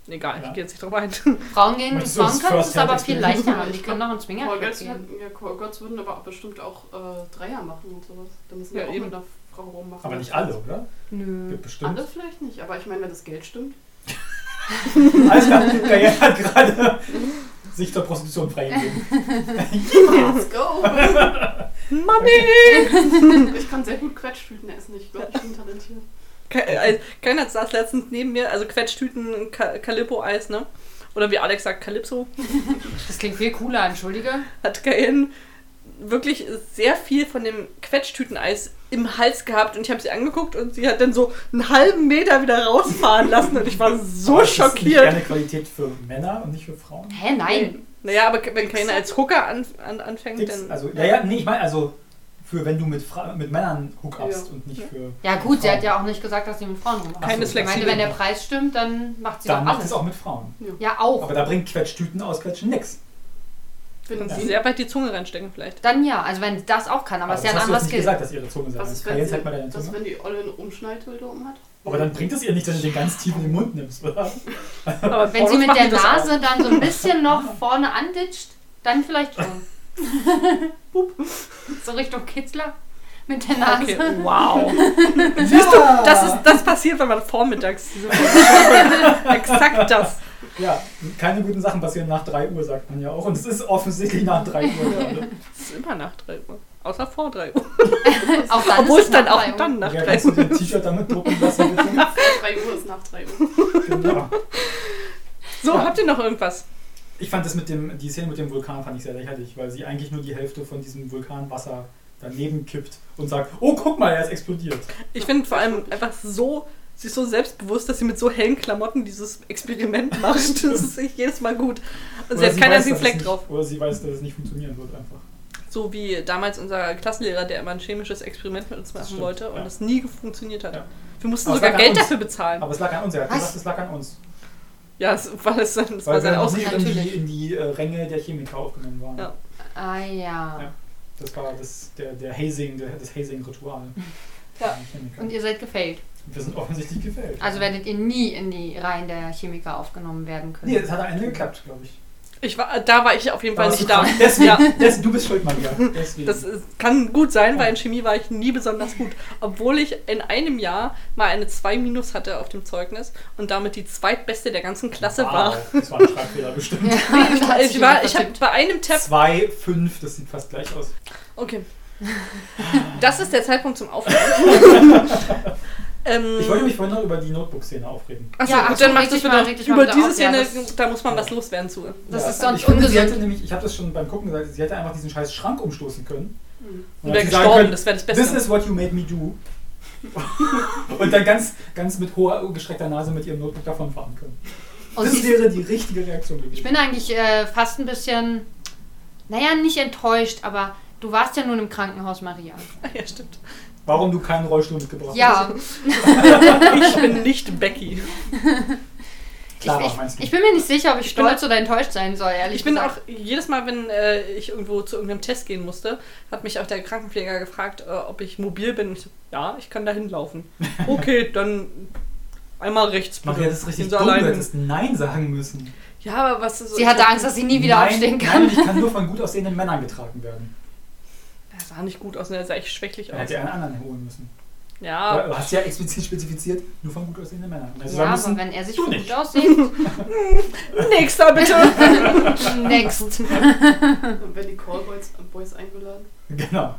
[SPEAKER 1] Egal,
[SPEAKER 3] Ja.
[SPEAKER 1] ich gehe jetzt nicht drauf ein. <laughs>
[SPEAKER 2] Frauen gehen,
[SPEAKER 3] Möchtest du
[SPEAKER 2] Frauen
[SPEAKER 3] uns
[SPEAKER 2] können es
[SPEAKER 3] First Hand
[SPEAKER 2] aber viel
[SPEAKER 3] Experience?
[SPEAKER 2] leichter haben. Die können auch einen Swinger
[SPEAKER 4] Call Girls,
[SPEAKER 2] gehen.
[SPEAKER 4] würden- ja, Call Girls würden aber bestimmt auch äh, Dreier machen und sowas. Da müssen
[SPEAKER 1] Ja,
[SPEAKER 4] ja, auch
[SPEAKER 1] eben.
[SPEAKER 4] mit einer Frau rummachen.
[SPEAKER 3] Aber nicht alle, oder?
[SPEAKER 1] Nö.
[SPEAKER 3] Gibt bestimmt.
[SPEAKER 4] Alle vielleicht nicht, aber ich meine, wenn das Geld stimmt.
[SPEAKER 3] <laughs> Alles klar, der Jan hat gerade <laughs> sich zur Prostitution
[SPEAKER 2] <laughs>
[SPEAKER 3] freigegeben.
[SPEAKER 4] Let's go! <laughs>
[SPEAKER 1] Money!
[SPEAKER 4] Ich kann sehr gut Quetschtüten essen. Ich glaube, ich bin talentiert.
[SPEAKER 1] Ke äh, Keiner saß letztens neben mir, also Quetschtüten, Ka Calippo-Eis, ne? Oder wie Alex sagt, Calypso.
[SPEAKER 2] Das klingt viel cooler, entschuldige.
[SPEAKER 1] hat Kayen wirklich sehr viel von dem Quetschtüteneis im Hals gehabt und ich habe sie angeguckt und sie hat dann so einen halben Meter wieder rausfahren lassen und ich war so
[SPEAKER 3] Aber ist das Nicht eher
[SPEAKER 1] schockiert.
[SPEAKER 3] eine Qualität für Männer und nicht für Frauen.
[SPEAKER 2] Hä, nein.
[SPEAKER 1] Naja, aber wenn Kayen als Hooker an, an, anfängt,
[SPEAKER 3] Dicks,
[SPEAKER 1] dann...
[SPEAKER 3] also, ja, ja, nee, ich meine, also für wenn du mit, Fra mit Männern hookupst
[SPEAKER 4] Ja.
[SPEAKER 3] und nicht für.
[SPEAKER 2] Ja gut, sie
[SPEAKER 3] Frauen.
[SPEAKER 2] hat ja auch nicht gesagt, dass sie mit Frauen rummacht.
[SPEAKER 3] Ach so,
[SPEAKER 1] Keines
[SPEAKER 2] Ich meine, wenn der Preis stimmt, dann macht sie
[SPEAKER 3] Dann
[SPEAKER 2] doch
[SPEAKER 3] macht
[SPEAKER 2] alles.
[SPEAKER 3] es auch mit Frauen.
[SPEAKER 2] Ja, auch.
[SPEAKER 3] Aber da bringt Quetschtüten ausquetschen nix.
[SPEAKER 4] Finden
[SPEAKER 1] Wenn
[SPEAKER 4] Sie?
[SPEAKER 1] sie sehr weit die Zunge reinstecken vielleicht.
[SPEAKER 2] Dann ja, also wenn das auch kann, aber es ist ja
[SPEAKER 3] Also das
[SPEAKER 2] ein
[SPEAKER 3] hast du jetzt
[SPEAKER 2] anderes
[SPEAKER 3] nicht
[SPEAKER 2] Skill.
[SPEAKER 3] gesagt, dass ihre Zunge sein
[SPEAKER 4] Was ist,
[SPEAKER 3] ist.
[SPEAKER 4] wenn,
[SPEAKER 3] Jetzt
[SPEAKER 4] sie,
[SPEAKER 3] halt mal deine
[SPEAKER 4] was,
[SPEAKER 3] Zunge.
[SPEAKER 4] wenn die Olle eine Umschneidhilde um hat?
[SPEAKER 3] Aber dann bringt es ihr nicht, dass du den ganz tief in den Mund nimmst, oder?
[SPEAKER 1] Aber
[SPEAKER 2] Wenn sie
[SPEAKER 1] Pornos
[SPEAKER 2] mit der
[SPEAKER 1] machen das auch.
[SPEAKER 2] Nase dann so
[SPEAKER 1] <laughs>
[SPEAKER 2] ein bisschen noch vorne anditscht, dann vielleicht schon. Pup. so Richtung Kitzler mit der Nase.
[SPEAKER 1] Ah, Okay, oh, wow.
[SPEAKER 3] Siehst
[SPEAKER 1] Das, ist, das passiert, wenn man vormittags... diese- <laughs> Exakt das.
[SPEAKER 3] Ja, keine guten Sachen passieren nach 3 Uhr, sagt man ja auch. Und es ist offensichtlich nach 3 Uhr gerade.
[SPEAKER 1] Es ist immer nach 3 Uhr. Außer vor 3 Uhr.
[SPEAKER 2] Auch dann
[SPEAKER 1] Obwohl
[SPEAKER 2] ist
[SPEAKER 1] es dann
[SPEAKER 2] nach
[SPEAKER 1] auch
[SPEAKER 2] drei Uhr.
[SPEAKER 1] dann nach
[SPEAKER 3] ja,
[SPEAKER 1] 3
[SPEAKER 3] kannst
[SPEAKER 1] Uhr...
[SPEAKER 3] du dir ein T-Shirt damit drucken lassen, bitte?
[SPEAKER 4] 3 Uhr ist nach 3 Uhr.
[SPEAKER 3] Genau.
[SPEAKER 1] So,
[SPEAKER 3] Ja.
[SPEAKER 1] habt ihr noch irgendwas?
[SPEAKER 3] Ich fand das mit dem, die Szene mit dem Vulkan fand ich sehr lächerlich, weil sie eigentlich nur die Hälfte von diesem Vulkanwasser daneben kippt und sagt, oh guck mal, er ist explodiert.
[SPEAKER 1] Ich finde vor allem einfach so, sie ist so selbstbewusst, dass sie mit so hellen Klamotten dieses
[SPEAKER 3] <laughs>
[SPEAKER 1] Experiment macht. Das ist echt jedes Mal gut. Und sie
[SPEAKER 3] Oder
[SPEAKER 1] hat keinen
[SPEAKER 3] weiß,
[SPEAKER 1] einzigen
[SPEAKER 3] dass es
[SPEAKER 1] Fleck
[SPEAKER 3] nicht,
[SPEAKER 1] drauf.
[SPEAKER 3] Oder sie weiß, dass es nicht funktionieren wird einfach.
[SPEAKER 1] So wie damals unser Klassenlehrer, der immer ein chemisches Experiment mit uns machen
[SPEAKER 3] stimmt,
[SPEAKER 1] wollte und
[SPEAKER 3] ja.
[SPEAKER 1] es nie funktioniert hat.
[SPEAKER 3] Ja.
[SPEAKER 1] Wir mussten
[SPEAKER 3] Aber es
[SPEAKER 1] sogar
[SPEAKER 3] lag an
[SPEAKER 1] Geld
[SPEAKER 3] uns.
[SPEAKER 1] dafür bezahlen.
[SPEAKER 3] Aber es lag an uns, er hat
[SPEAKER 2] Was?
[SPEAKER 3] gesagt, es lag an uns.
[SPEAKER 1] ja, es war, das, das war
[SPEAKER 3] Weil wir
[SPEAKER 1] seine
[SPEAKER 3] noch
[SPEAKER 1] Ausrede.
[SPEAKER 3] nicht in die,
[SPEAKER 2] natürlich.
[SPEAKER 3] in die äh, Ränge der Chemiker aufgenommen waren.
[SPEAKER 1] Ja.
[SPEAKER 2] Ah ja.
[SPEAKER 3] Ja. Das war das, der, der Hazing, der, das Hazing-Ritual.
[SPEAKER 1] Ja.
[SPEAKER 3] der Chemiker.
[SPEAKER 2] Und ihr seid gefailt.
[SPEAKER 3] Wir sind offensichtlich gefällt.
[SPEAKER 2] Also werdet ihr nie in die Reihen der Chemiker aufgenommen werden können.
[SPEAKER 3] Nee,
[SPEAKER 2] <laughs>
[SPEAKER 3] es hat am Ende geklappt, glaube ich.
[SPEAKER 1] Ich war, da war ich auf jeden Fall
[SPEAKER 3] warst
[SPEAKER 1] nicht
[SPEAKER 3] du
[SPEAKER 1] da.
[SPEAKER 3] krank. <laughs> Deswegen,
[SPEAKER 1] Ja.
[SPEAKER 3] des- du bist schuld, Maria. Deswegen.
[SPEAKER 1] Das ist, kann gut sein, weil in Chemie war ich nie besonders gut. Obwohl ich in einem Jahr mal eine 2 Minus hatte auf dem Zeugnis und damit die zweitbeste der ganzen Klasse war. Also
[SPEAKER 3] wow, Das war ein Schreibfehler bestimmt.
[SPEAKER 2] da hat
[SPEAKER 1] Ich,
[SPEAKER 2] sich
[SPEAKER 1] war,
[SPEAKER 2] jemand
[SPEAKER 1] ich habe
[SPEAKER 2] vertippt.
[SPEAKER 1] bei einem Tab
[SPEAKER 3] 2, 5, das sieht fast gleich aus.
[SPEAKER 1] Okay. Das ist der Zeitpunkt zum Aufnehmen. ähm,
[SPEAKER 3] Ich wollte mich vorhin noch über die Notebook-Szene aufregen.
[SPEAKER 1] achso,
[SPEAKER 2] Ja, ach
[SPEAKER 1] gut,
[SPEAKER 2] so,
[SPEAKER 1] dann machst du
[SPEAKER 2] richtig
[SPEAKER 1] bitte
[SPEAKER 2] mal,
[SPEAKER 1] noch
[SPEAKER 2] richtig
[SPEAKER 1] über
[SPEAKER 2] mal wieder
[SPEAKER 1] diese
[SPEAKER 2] auf, ja,
[SPEAKER 1] Szene,
[SPEAKER 2] das-
[SPEAKER 1] da muss man was loswerden zu. <laughs> Ah,
[SPEAKER 2] Das ist sonst
[SPEAKER 3] ich finde, sie
[SPEAKER 2] ungesund.
[SPEAKER 3] hätte nämlich, ich habe das schon beim Gucken gesagt, sie hätte einfach diesen scheiß Schrank umstoßen können.
[SPEAKER 1] Und
[SPEAKER 3] dann
[SPEAKER 1] wäre
[SPEAKER 3] hätte sie sagen
[SPEAKER 1] gestorben,
[SPEAKER 3] können,
[SPEAKER 1] das wäre das
[SPEAKER 3] This
[SPEAKER 1] Beste.
[SPEAKER 3] is what you made me do. Und dann ganz, ganz mit hoher, gestreckter Nase mit ihrem Notebook davonfahren können.
[SPEAKER 2] Und
[SPEAKER 3] das
[SPEAKER 2] sie-
[SPEAKER 3] wäre die richtige Reaktion gewesen.
[SPEAKER 2] ich bin eigentlich äh, fast ein bisschen, naja, nicht enttäuscht, aber du warst ja nun im Krankenhaus, Maria.
[SPEAKER 1] ja, stimmt.
[SPEAKER 3] Warum du keinen Rollstuhl mitgebracht
[SPEAKER 2] Ja,
[SPEAKER 1] Ich bin nicht Becky.
[SPEAKER 3] hast?
[SPEAKER 2] ich,
[SPEAKER 3] Clara,
[SPEAKER 2] ich,
[SPEAKER 3] meinst du?
[SPEAKER 2] ich bin mir nicht sicher, ob ich
[SPEAKER 1] bin
[SPEAKER 2] stolz oder enttäuscht sein soll, ehrlich
[SPEAKER 1] Ich bin auch
[SPEAKER 2] gesagt.
[SPEAKER 1] jedes Mal, wenn äh, ich irgendwo zu irgendeinem Test gehen musste, hat mich auch der Krankenpfleger gefragt, äh, ob ich mobil bin. Ich so, ja, ich kann da
[SPEAKER 3] <laughs>
[SPEAKER 1] hinlaufen. Okay, dann einmal rechts. bitte.
[SPEAKER 3] Maria, das ist richtig
[SPEAKER 1] Gehen Sie
[SPEAKER 3] dumm,
[SPEAKER 1] allein
[SPEAKER 3] du
[SPEAKER 1] hin.
[SPEAKER 3] hättest Nein sagen müssen.
[SPEAKER 1] Ja, aber was ist
[SPEAKER 2] Sie hatte Angst, dass sie nie wieder
[SPEAKER 3] nein,
[SPEAKER 2] aufstehen kann.
[SPEAKER 3] Nein, ich kann nur von gut aussehenden Männern getragen werden.
[SPEAKER 1] Er sah nicht gut aus, und er sah echt schwächlich
[SPEAKER 3] Dann
[SPEAKER 1] aus.
[SPEAKER 3] hätte er einen anderen holen müssen.
[SPEAKER 1] Ja,
[SPEAKER 3] Du hast ja explizit spezifiziert, nur von gut aussehenden Männern. Also
[SPEAKER 2] Ah. ja,
[SPEAKER 3] sagen
[SPEAKER 2] aber wenn
[SPEAKER 3] müssen,
[SPEAKER 2] er sich
[SPEAKER 3] du
[SPEAKER 2] gut
[SPEAKER 3] nicht. <laughs>
[SPEAKER 2] aussieht,
[SPEAKER 1] nächster bitte.
[SPEAKER 2] next.
[SPEAKER 4] Dann werden die Callboys äh, Boys eingeladen.
[SPEAKER 3] <laughs> genau,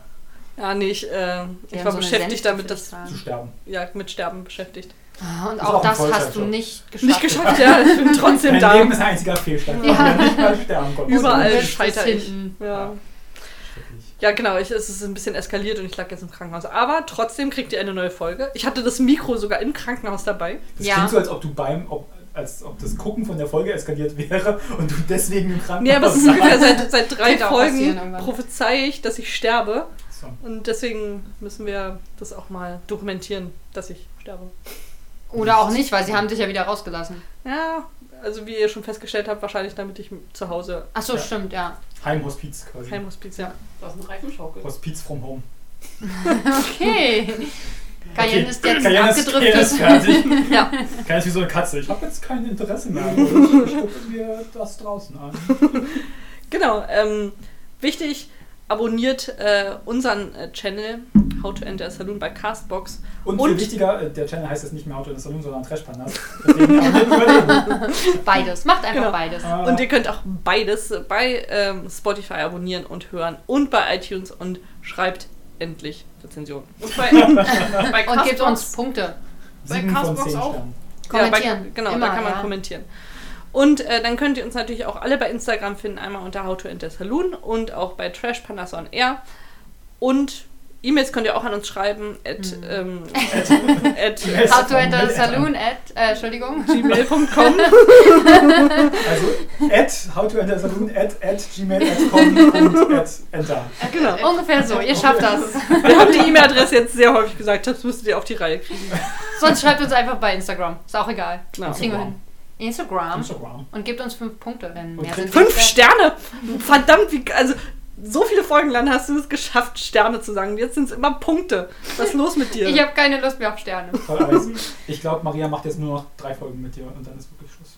[SPEAKER 1] Ja, nee, ich, äh,
[SPEAKER 2] Die
[SPEAKER 1] ich
[SPEAKER 2] haben
[SPEAKER 1] war
[SPEAKER 2] so eine
[SPEAKER 1] beschäftigt
[SPEAKER 2] Senfte für
[SPEAKER 1] damit,
[SPEAKER 2] dich
[SPEAKER 1] dass
[SPEAKER 2] dran.
[SPEAKER 3] zu sterben.
[SPEAKER 1] ja, mit Sterben beschäftigt.
[SPEAKER 2] Ah, Und
[SPEAKER 3] Ist
[SPEAKER 2] auch,
[SPEAKER 3] auch ein
[SPEAKER 2] das hast du
[SPEAKER 3] Vollzeitjob.
[SPEAKER 2] nicht geschafft.
[SPEAKER 1] Nicht geschafft, ja, <laughs> ich bin trotzdem
[SPEAKER 3] Mein
[SPEAKER 1] da.
[SPEAKER 3] Leben ist ein einziger Fehlschlag.
[SPEAKER 2] Ja.
[SPEAKER 3] Ja. Ich nicht mal sterben konnte.
[SPEAKER 1] <laughs> Überall
[SPEAKER 2] Und du bist
[SPEAKER 1] scheiter
[SPEAKER 2] bis
[SPEAKER 1] ich.
[SPEAKER 2] hinten.
[SPEAKER 1] Ja.
[SPEAKER 3] Schrecklich.
[SPEAKER 1] ja, genau, ich, es ist ein bisschen eskaliert und ich lag jetzt im Krankenhaus. Aber trotzdem kriegt ihr eine neue Folge. Ich hatte das Mikro sogar im Krankenhaus dabei.
[SPEAKER 3] Das
[SPEAKER 2] Ja.
[SPEAKER 3] klingt so, als ob du beim, ob, als ob das Gucken von der Folge eskaliert wäre und du deswegen im Krankenhaus
[SPEAKER 1] Nee, aber es ist
[SPEAKER 3] saßt.
[SPEAKER 1] ungefähr seit, seit drei
[SPEAKER 2] Könnte auch passieren
[SPEAKER 1] Folgen
[SPEAKER 2] irgendwann.
[SPEAKER 1] prophezei ich, dass ich sterbe.
[SPEAKER 3] So.
[SPEAKER 1] Und deswegen müssen wir das auch mal dokumentieren, dass ich sterbe.
[SPEAKER 2] Oder auch nicht, weil sie haben dich ja wieder rausgelassen.
[SPEAKER 1] Ja, also wie ihr schon festgestellt habt, wahrscheinlich damit ich zu Hause
[SPEAKER 2] Ach so,
[SPEAKER 3] Ja.
[SPEAKER 1] <laughs>
[SPEAKER 2] stimmt, ja.
[SPEAKER 3] Heimhospiz quasi.
[SPEAKER 1] kein Hospiz ja.
[SPEAKER 4] Das ist ein Reifenschaukel.
[SPEAKER 3] Hospiz from home.
[SPEAKER 2] <laughs> Okay. Cayenne
[SPEAKER 3] Okay.
[SPEAKER 2] ist jetzt ein
[SPEAKER 3] Cayenne ist- Cayenne ist
[SPEAKER 2] abgedriftetes.
[SPEAKER 3] fertig.
[SPEAKER 2] <laughs>
[SPEAKER 1] Ja.
[SPEAKER 3] Cayenne ist wie so eine Katze. Ich habe jetzt kein Interesse <laughs> mehr. Also Ich gucke mir das draußen an.
[SPEAKER 1] Genau. Ähm, wichtig, abonniert äh, unseren äh, Channel How to Enter a Saloon bei Castbox.
[SPEAKER 3] Und,
[SPEAKER 1] Und-
[SPEAKER 3] viel wichtiger, äh, der Channel heißt jetzt nicht mehr Auto in the Saloon, sondern Trash Pandas. Deswegen abonniert mal
[SPEAKER 1] <laughs>
[SPEAKER 2] Beides. Macht einfach
[SPEAKER 1] Genau.
[SPEAKER 2] beides.
[SPEAKER 3] den.
[SPEAKER 1] Und ihr könnt auch beides bei ähm, Spotify abonnieren und hören und bei iTunes und schreibt endlich Rezension.
[SPEAKER 2] <laughs>
[SPEAKER 4] Und bei, bei
[SPEAKER 2] Und gebt
[SPEAKER 4] Castbox-
[SPEAKER 2] uns Punkte.
[SPEAKER 4] bei
[SPEAKER 3] Sieben von
[SPEAKER 4] Castbox
[SPEAKER 3] zehn
[SPEAKER 4] auch.
[SPEAKER 3] Sternen.
[SPEAKER 2] Kommentieren.
[SPEAKER 1] Ja, bei, genau,
[SPEAKER 2] Immer,
[SPEAKER 1] da kann man
[SPEAKER 2] ja.
[SPEAKER 1] kommentieren. Und äh, dann könnt ihr uns natürlich auch alle bei Instagram finden, einmal unter How to Enter Saloon und auch bei Trash Pandas on Air. Und E-Mails könnt ihr auch an uns schreiben, at,
[SPEAKER 2] Mhm. <laughs>
[SPEAKER 1] ähm, at, at
[SPEAKER 2] How to enter the saloon at, äh, Entschuldigung.
[SPEAKER 1] gmail.com.
[SPEAKER 3] Also at how to enter the saloon at at gmail.com und at enter.
[SPEAKER 1] genau.
[SPEAKER 2] Ungefähr so, ihr schafft das.
[SPEAKER 1] Wir haben die E-Mail-Adresse jetzt sehr häufig gesagt, das müsstet ihr auf die Reihe kriegen.
[SPEAKER 2] Sonst schreibt uns einfach bei Instagram. Ist auch egal.
[SPEAKER 1] Genau.
[SPEAKER 2] Kriegen wir hin. Instagram.
[SPEAKER 3] Instagram.
[SPEAKER 2] Und gebt uns fünf Punkte, wenn
[SPEAKER 3] Und
[SPEAKER 2] mehr
[SPEAKER 3] kriegt
[SPEAKER 2] sind.
[SPEAKER 1] Fünf Sterne! Verdammt, wie. Also, so viele Folgen lang hast du es geschafft, Sterne zu sagen. Jetzt sind es immer Punkte. Was ist los mit dir?
[SPEAKER 2] Ich habe keine Lust mehr auf Sterne.
[SPEAKER 3] Voll Eis. Ich glaube, Maria macht jetzt nur noch drei Folgen mit dir und dann ist wirklich Schluss.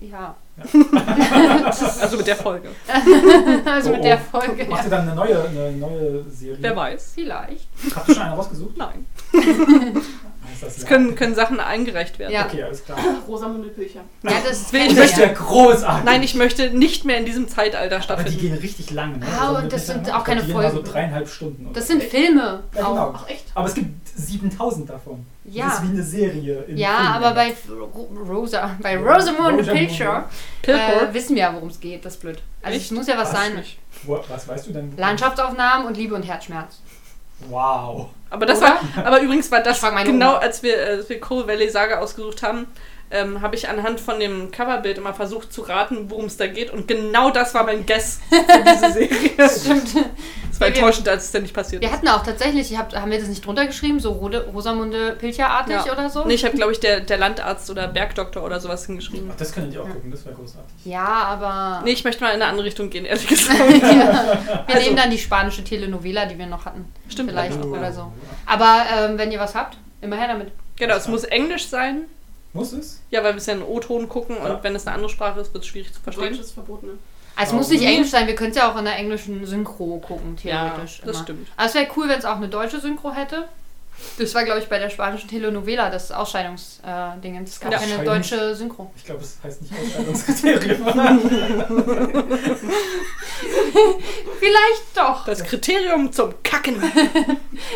[SPEAKER 2] Ja.
[SPEAKER 1] also mit der Folge.
[SPEAKER 2] <laughs> Also
[SPEAKER 3] Oh,
[SPEAKER 2] mit der
[SPEAKER 3] oh.
[SPEAKER 2] Folge.
[SPEAKER 3] Macht
[SPEAKER 2] Ja.
[SPEAKER 3] ihr dann eine neue, eine neue Serie?
[SPEAKER 1] Wer weiß?
[SPEAKER 2] Vielleicht.
[SPEAKER 3] Habt ihr schon eine rausgesucht?
[SPEAKER 1] Nein.
[SPEAKER 3] Ist das
[SPEAKER 1] Es
[SPEAKER 3] leer?
[SPEAKER 1] können, können Sachen eingereicht werden.
[SPEAKER 2] Ja.
[SPEAKER 3] Okay, alles klar.
[SPEAKER 4] Rosamunde Pilcher.
[SPEAKER 2] Ja, das
[SPEAKER 1] will ich
[SPEAKER 2] kennen
[SPEAKER 3] Ich
[SPEAKER 2] wir
[SPEAKER 3] möchte ja großartig.
[SPEAKER 1] Nein, ich möchte nicht mehr in diesem Zeitalter
[SPEAKER 3] Aber die
[SPEAKER 1] stattfinden.
[SPEAKER 3] gehen richtig lang. Ne?
[SPEAKER 2] Ah,
[SPEAKER 3] Also
[SPEAKER 2] und
[SPEAKER 3] mit
[SPEAKER 2] das
[SPEAKER 3] Mittag-
[SPEAKER 2] sind auch keine
[SPEAKER 3] die gehen immer
[SPEAKER 2] Folgen.
[SPEAKER 3] so dreieinhalb Stunden. oder
[SPEAKER 2] Das
[SPEAKER 3] so.
[SPEAKER 2] sind Filme.
[SPEAKER 3] Ja,
[SPEAKER 2] auch.
[SPEAKER 3] genau.
[SPEAKER 4] Ach echt?
[SPEAKER 3] Aber es gibt 7000 davon. Das ist
[SPEAKER 2] Ja.
[SPEAKER 3] wie eine Serie. in
[SPEAKER 2] Ja,
[SPEAKER 3] Filmen.
[SPEAKER 2] aber bei F- Ro- Rosa, bei Rosamund
[SPEAKER 3] Rosamund.
[SPEAKER 2] Pilcher äh,
[SPEAKER 1] Pilko?
[SPEAKER 2] wissen wir ja, worum es geht, das ist blöd. Also es
[SPEAKER 1] Echt?
[SPEAKER 2] muss ja was
[SPEAKER 3] Weiß
[SPEAKER 2] sein.
[SPEAKER 3] nicht. Wo, was weißt du denn?
[SPEAKER 2] Landschaftsaufnahmen und Liebe und Herzschmerz. <laughs>
[SPEAKER 3] Wow.
[SPEAKER 1] Aber das
[SPEAKER 2] Oder?
[SPEAKER 1] war, aber übrigens war das
[SPEAKER 2] Ich frag meine
[SPEAKER 1] genau,
[SPEAKER 2] Oma.
[SPEAKER 1] als wir, äh, als wir Coal Valley Saga ausgesucht haben, ähm, habe ich anhand von dem Coverbild immer versucht zu raten, worum es da geht. Und genau das war mein
[SPEAKER 2] <laughs>
[SPEAKER 1] Guess für diese Serie.
[SPEAKER 2] Stimmt.
[SPEAKER 1] Es war
[SPEAKER 2] Wir-
[SPEAKER 1] enttäuschend, als es dann nicht passiert
[SPEAKER 2] Wir
[SPEAKER 1] ist.
[SPEAKER 2] hatten auch tatsächlich, ihr habt, haben wir das nicht drunter geschrieben, so Rode, Rosamunde Pilcher-artig
[SPEAKER 1] Ja.
[SPEAKER 2] oder so?
[SPEAKER 1] Nee, ich habe, glaube ich, der, der Landarzt oder Bergdoktor oder sowas hingeschrieben.
[SPEAKER 3] Ach, das könntet ihr auch gucken, das wäre großartig.
[SPEAKER 2] Ja, aber
[SPEAKER 1] Nee, ich möchte mal in eine andere Richtung gehen, ehrlich gesagt.
[SPEAKER 2] wir
[SPEAKER 1] Also
[SPEAKER 2] nehmen dann die spanische Telenovela, die wir noch hatten.
[SPEAKER 1] Stimmt.
[SPEAKER 2] Vielleicht
[SPEAKER 3] Oh.
[SPEAKER 2] oder so. Aber ähm, wenn ihr was habt, immer her damit.
[SPEAKER 1] genau, es muss Englisch sein.
[SPEAKER 3] Muss es?
[SPEAKER 1] Ja, weil wir es ja in O-Ton gucken
[SPEAKER 3] Ja.
[SPEAKER 1] und wenn es eine andere Sprache ist, wird es schwierig zu verstehen.
[SPEAKER 4] Deutsch ist verboten.
[SPEAKER 2] Also es muss nicht Englisch sein, wir können es ja auch in der englischen Synchro gucken, theoretisch.
[SPEAKER 1] Ja, das
[SPEAKER 2] immer.
[SPEAKER 1] stimmt.
[SPEAKER 2] Also es wäre cool, wenn es auch eine deutsche Synchro hätte. Das war, glaube ich, bei der spanischen Telenovela, das Ausscheidungsding. Es gab
[SPEAKER 1] Ja.
[SPEAKER 2] keine
[SPEAKER 3] Scheidungs-
[SPEAKER 2] deutsche Synchro.
[SPEAKER 3] Ich glaube, es heißt nicht
[SPEAKER 2] <laughs>
[SPEAKER 3] Ausscheidungskriterium.
[SPEAKER 2] Vielleicht doch.
[SPEAKER 1] Das Kriterium zum Kacken.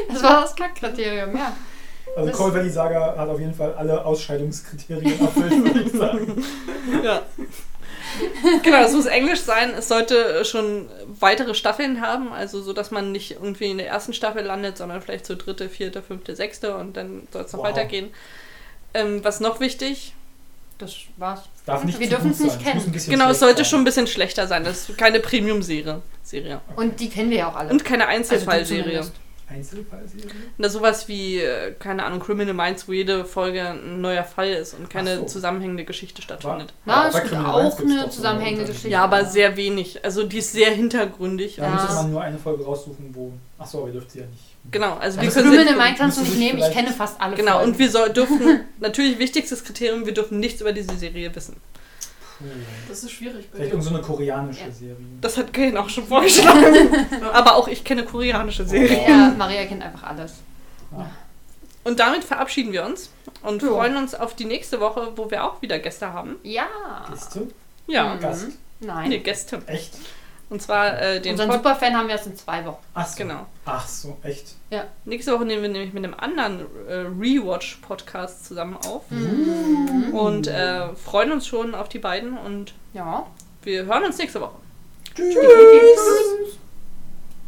[SPEAKER 2] Das war das Kackkriterium, ja.
[SPEAKER 3] also
[SPEAKER 2] Das-
[SPEAKER 3] Call Valley Saga hat auf jeden Fall alle Ausscheidungskriterien erfüllt, würde ich sagen.
[SPEAKER 1] Ja. genau, es muss Englisch sein. Es sollte schon weitere Staffeln haben, also so, dass man nicht irgendwie in der ersten Staffel landet, sondern vielleicht so dritte, vierte, fünfte, sechste und dann soll es noch
[SPEAKER 3] Wow.
[SPEAKER 1] weitergehen. Ähm, was noch wichtig?
[SPEAKER 2] Das war's.
[SPEAKER 3] Es <laughs> darf nicht
[SPEAKER 2] Wir
[SPEAKER 3] zu
[SPEAKER 2] dürfen
[SPEAKER 3] gut
[SPEAKER 2] es nicht
[SPEAKER 3] sein.
[SPEAKER 2] kennen.
[SPEAKER 3] muss ein bisschen
[SPEAKER 1] genau, es
[SPEAKER 3] schlecht
[SPEAKER 1] sollte schon
[SPEAKER 3] sein.
[SPEAKER 1] ein bisschen schlechter sein. Das ist keine Premium-Serie. Serie.
[SPEAKER 2] Und die kennen wir ja auch alle.
[SPEAKER 1] Und keine
[SPEAKER 2] Also du
[SPEAKER 1] Einzelfallserie.
[SPEAKER 2] zumindest.
[SPEAKER 3] Einzelfallserie?
[SPEAKER 1] Na, sowas wie, äh, keine Ahnung, Criminal Minds, wo jede Folge ein neuer Fall ist und keine
[SPEAKER 3] Ach so.
[SPEAKER 1] zusammenhängende Geschichte stattfindet.
[SPEAKER 2] Na,
[SPEAKER 3] Ja,
[SPEAKER 2] es
[SPEAKER 3] bei
[SPEAKER 2] gibt
[SPEAKER 3] Criminal
[SPEAKER 2] auch
[SPEAKER 3] Minds gibt's
[SPEAKER 2] eine
[SPEAKER 3] doch so
[SPEAKER 2] zusammenhängende
[SPEAKER 3] Unterschiede.
[SPEAKER 2] Geschichte.
[SPEAKER 1] Ja, aber sehr wenig. Also die ist sehr hintergründig.
[SPEAKER 3] Da
[SPEAKER 2] Ja.
[SPEAKER 3] müsste man nur eine Folge raussuchen, wo. Achso, aber ihr dürft sie ja nicht.
[SPEAKER 1] Genau, also
[SPEAKER 3] Ja,
[SPEAKER 1] wir
[SPEAKER 3] das
[SPEAKER 1] können
[SPEAKER 2] Criminal
[SPEAKER 1] sie,
[SPEAKER 2] Minds kannst du
[SPEAKER 3] Müsste
[SPEAKER 2] nicht
[SPEAKER 3] sich
[SPEAKER 2] nehmen, ich
[SPEAKER 3] vielleicht-
[SPEAKER 2] kenne fast alle
[SPEAKER 1] Genau,
[SPEAKER 2] Folgen.
[SPEAKER 1] und wir so,
[SPEAKER 2] <laughs>
[SPEAKER 1] dürfen, natürlich wichtigstes Kriterium, wir dürfen nichts über diese Serie wissen.
[SPEAKER 3] Puh.
[SPEAKER 4] Das ist schwierig bei
[SPEAKER 3] Vielleicht
[SPEAKER 4] dir.
[SPEAKER 3] irgendeine so koreanische
[SPEAKER 2] Ja.
[SPEAKER 3] Serie.
[SPEAKER 1] Das hat Kane auch
[SPEAKER 2] <laughs>
[SPEAKER 1] schon vorgeschlagen. Aber auch ich kenne koreanische Serien.
[SPEAKER 2] Ja, Maria kennt einfach alles.
[SPEAKER 1] Und damit verabschieden wir uns und
[SPEAKER 2] Ja.
[SPEAKER 1] freuen uns auf die nächste Woche, wo wir auch wieder Gäste haben.
[SPEAKER 2] Ja.
[SPEAKER 3] Gäste?
[SPEAKER 1] Ja,
[SPEAKER 2] Mhm.
[SPEAKER 3] Gast?
[SPEAKER 2] Nein.
[SPEAKER 1] nee, Gäste.
[SPEAKER 3] Echt?
[SPEAKER 1] Und zwar äh, den
[SPEAKER 2] Unseren
[SPEAKER 1] Pod
[SPEAKER 2] Superfan haben wir erst in zwei Wochen.
[SPEAKER 3] Ach so.
[SPEAKER 1] Genau.
[SPEAKER 3] Ach so, echt.
[SPEAKER 1] Nächste Woche nehmen wir nämlich mit einem anderen äh, Rewatch-Podcast zusammen auf.
[SPEAKER 2] Mhm.
[SPEAKER 1] Und äh, freuen uns schon auf die beiden und
[SPEAKER 2] Ja.
[SPEAKER 1] wir hören uns nächste Woche.
[SPEAKER 3] Tschüss.
[SPEAKER 2] Tschüss.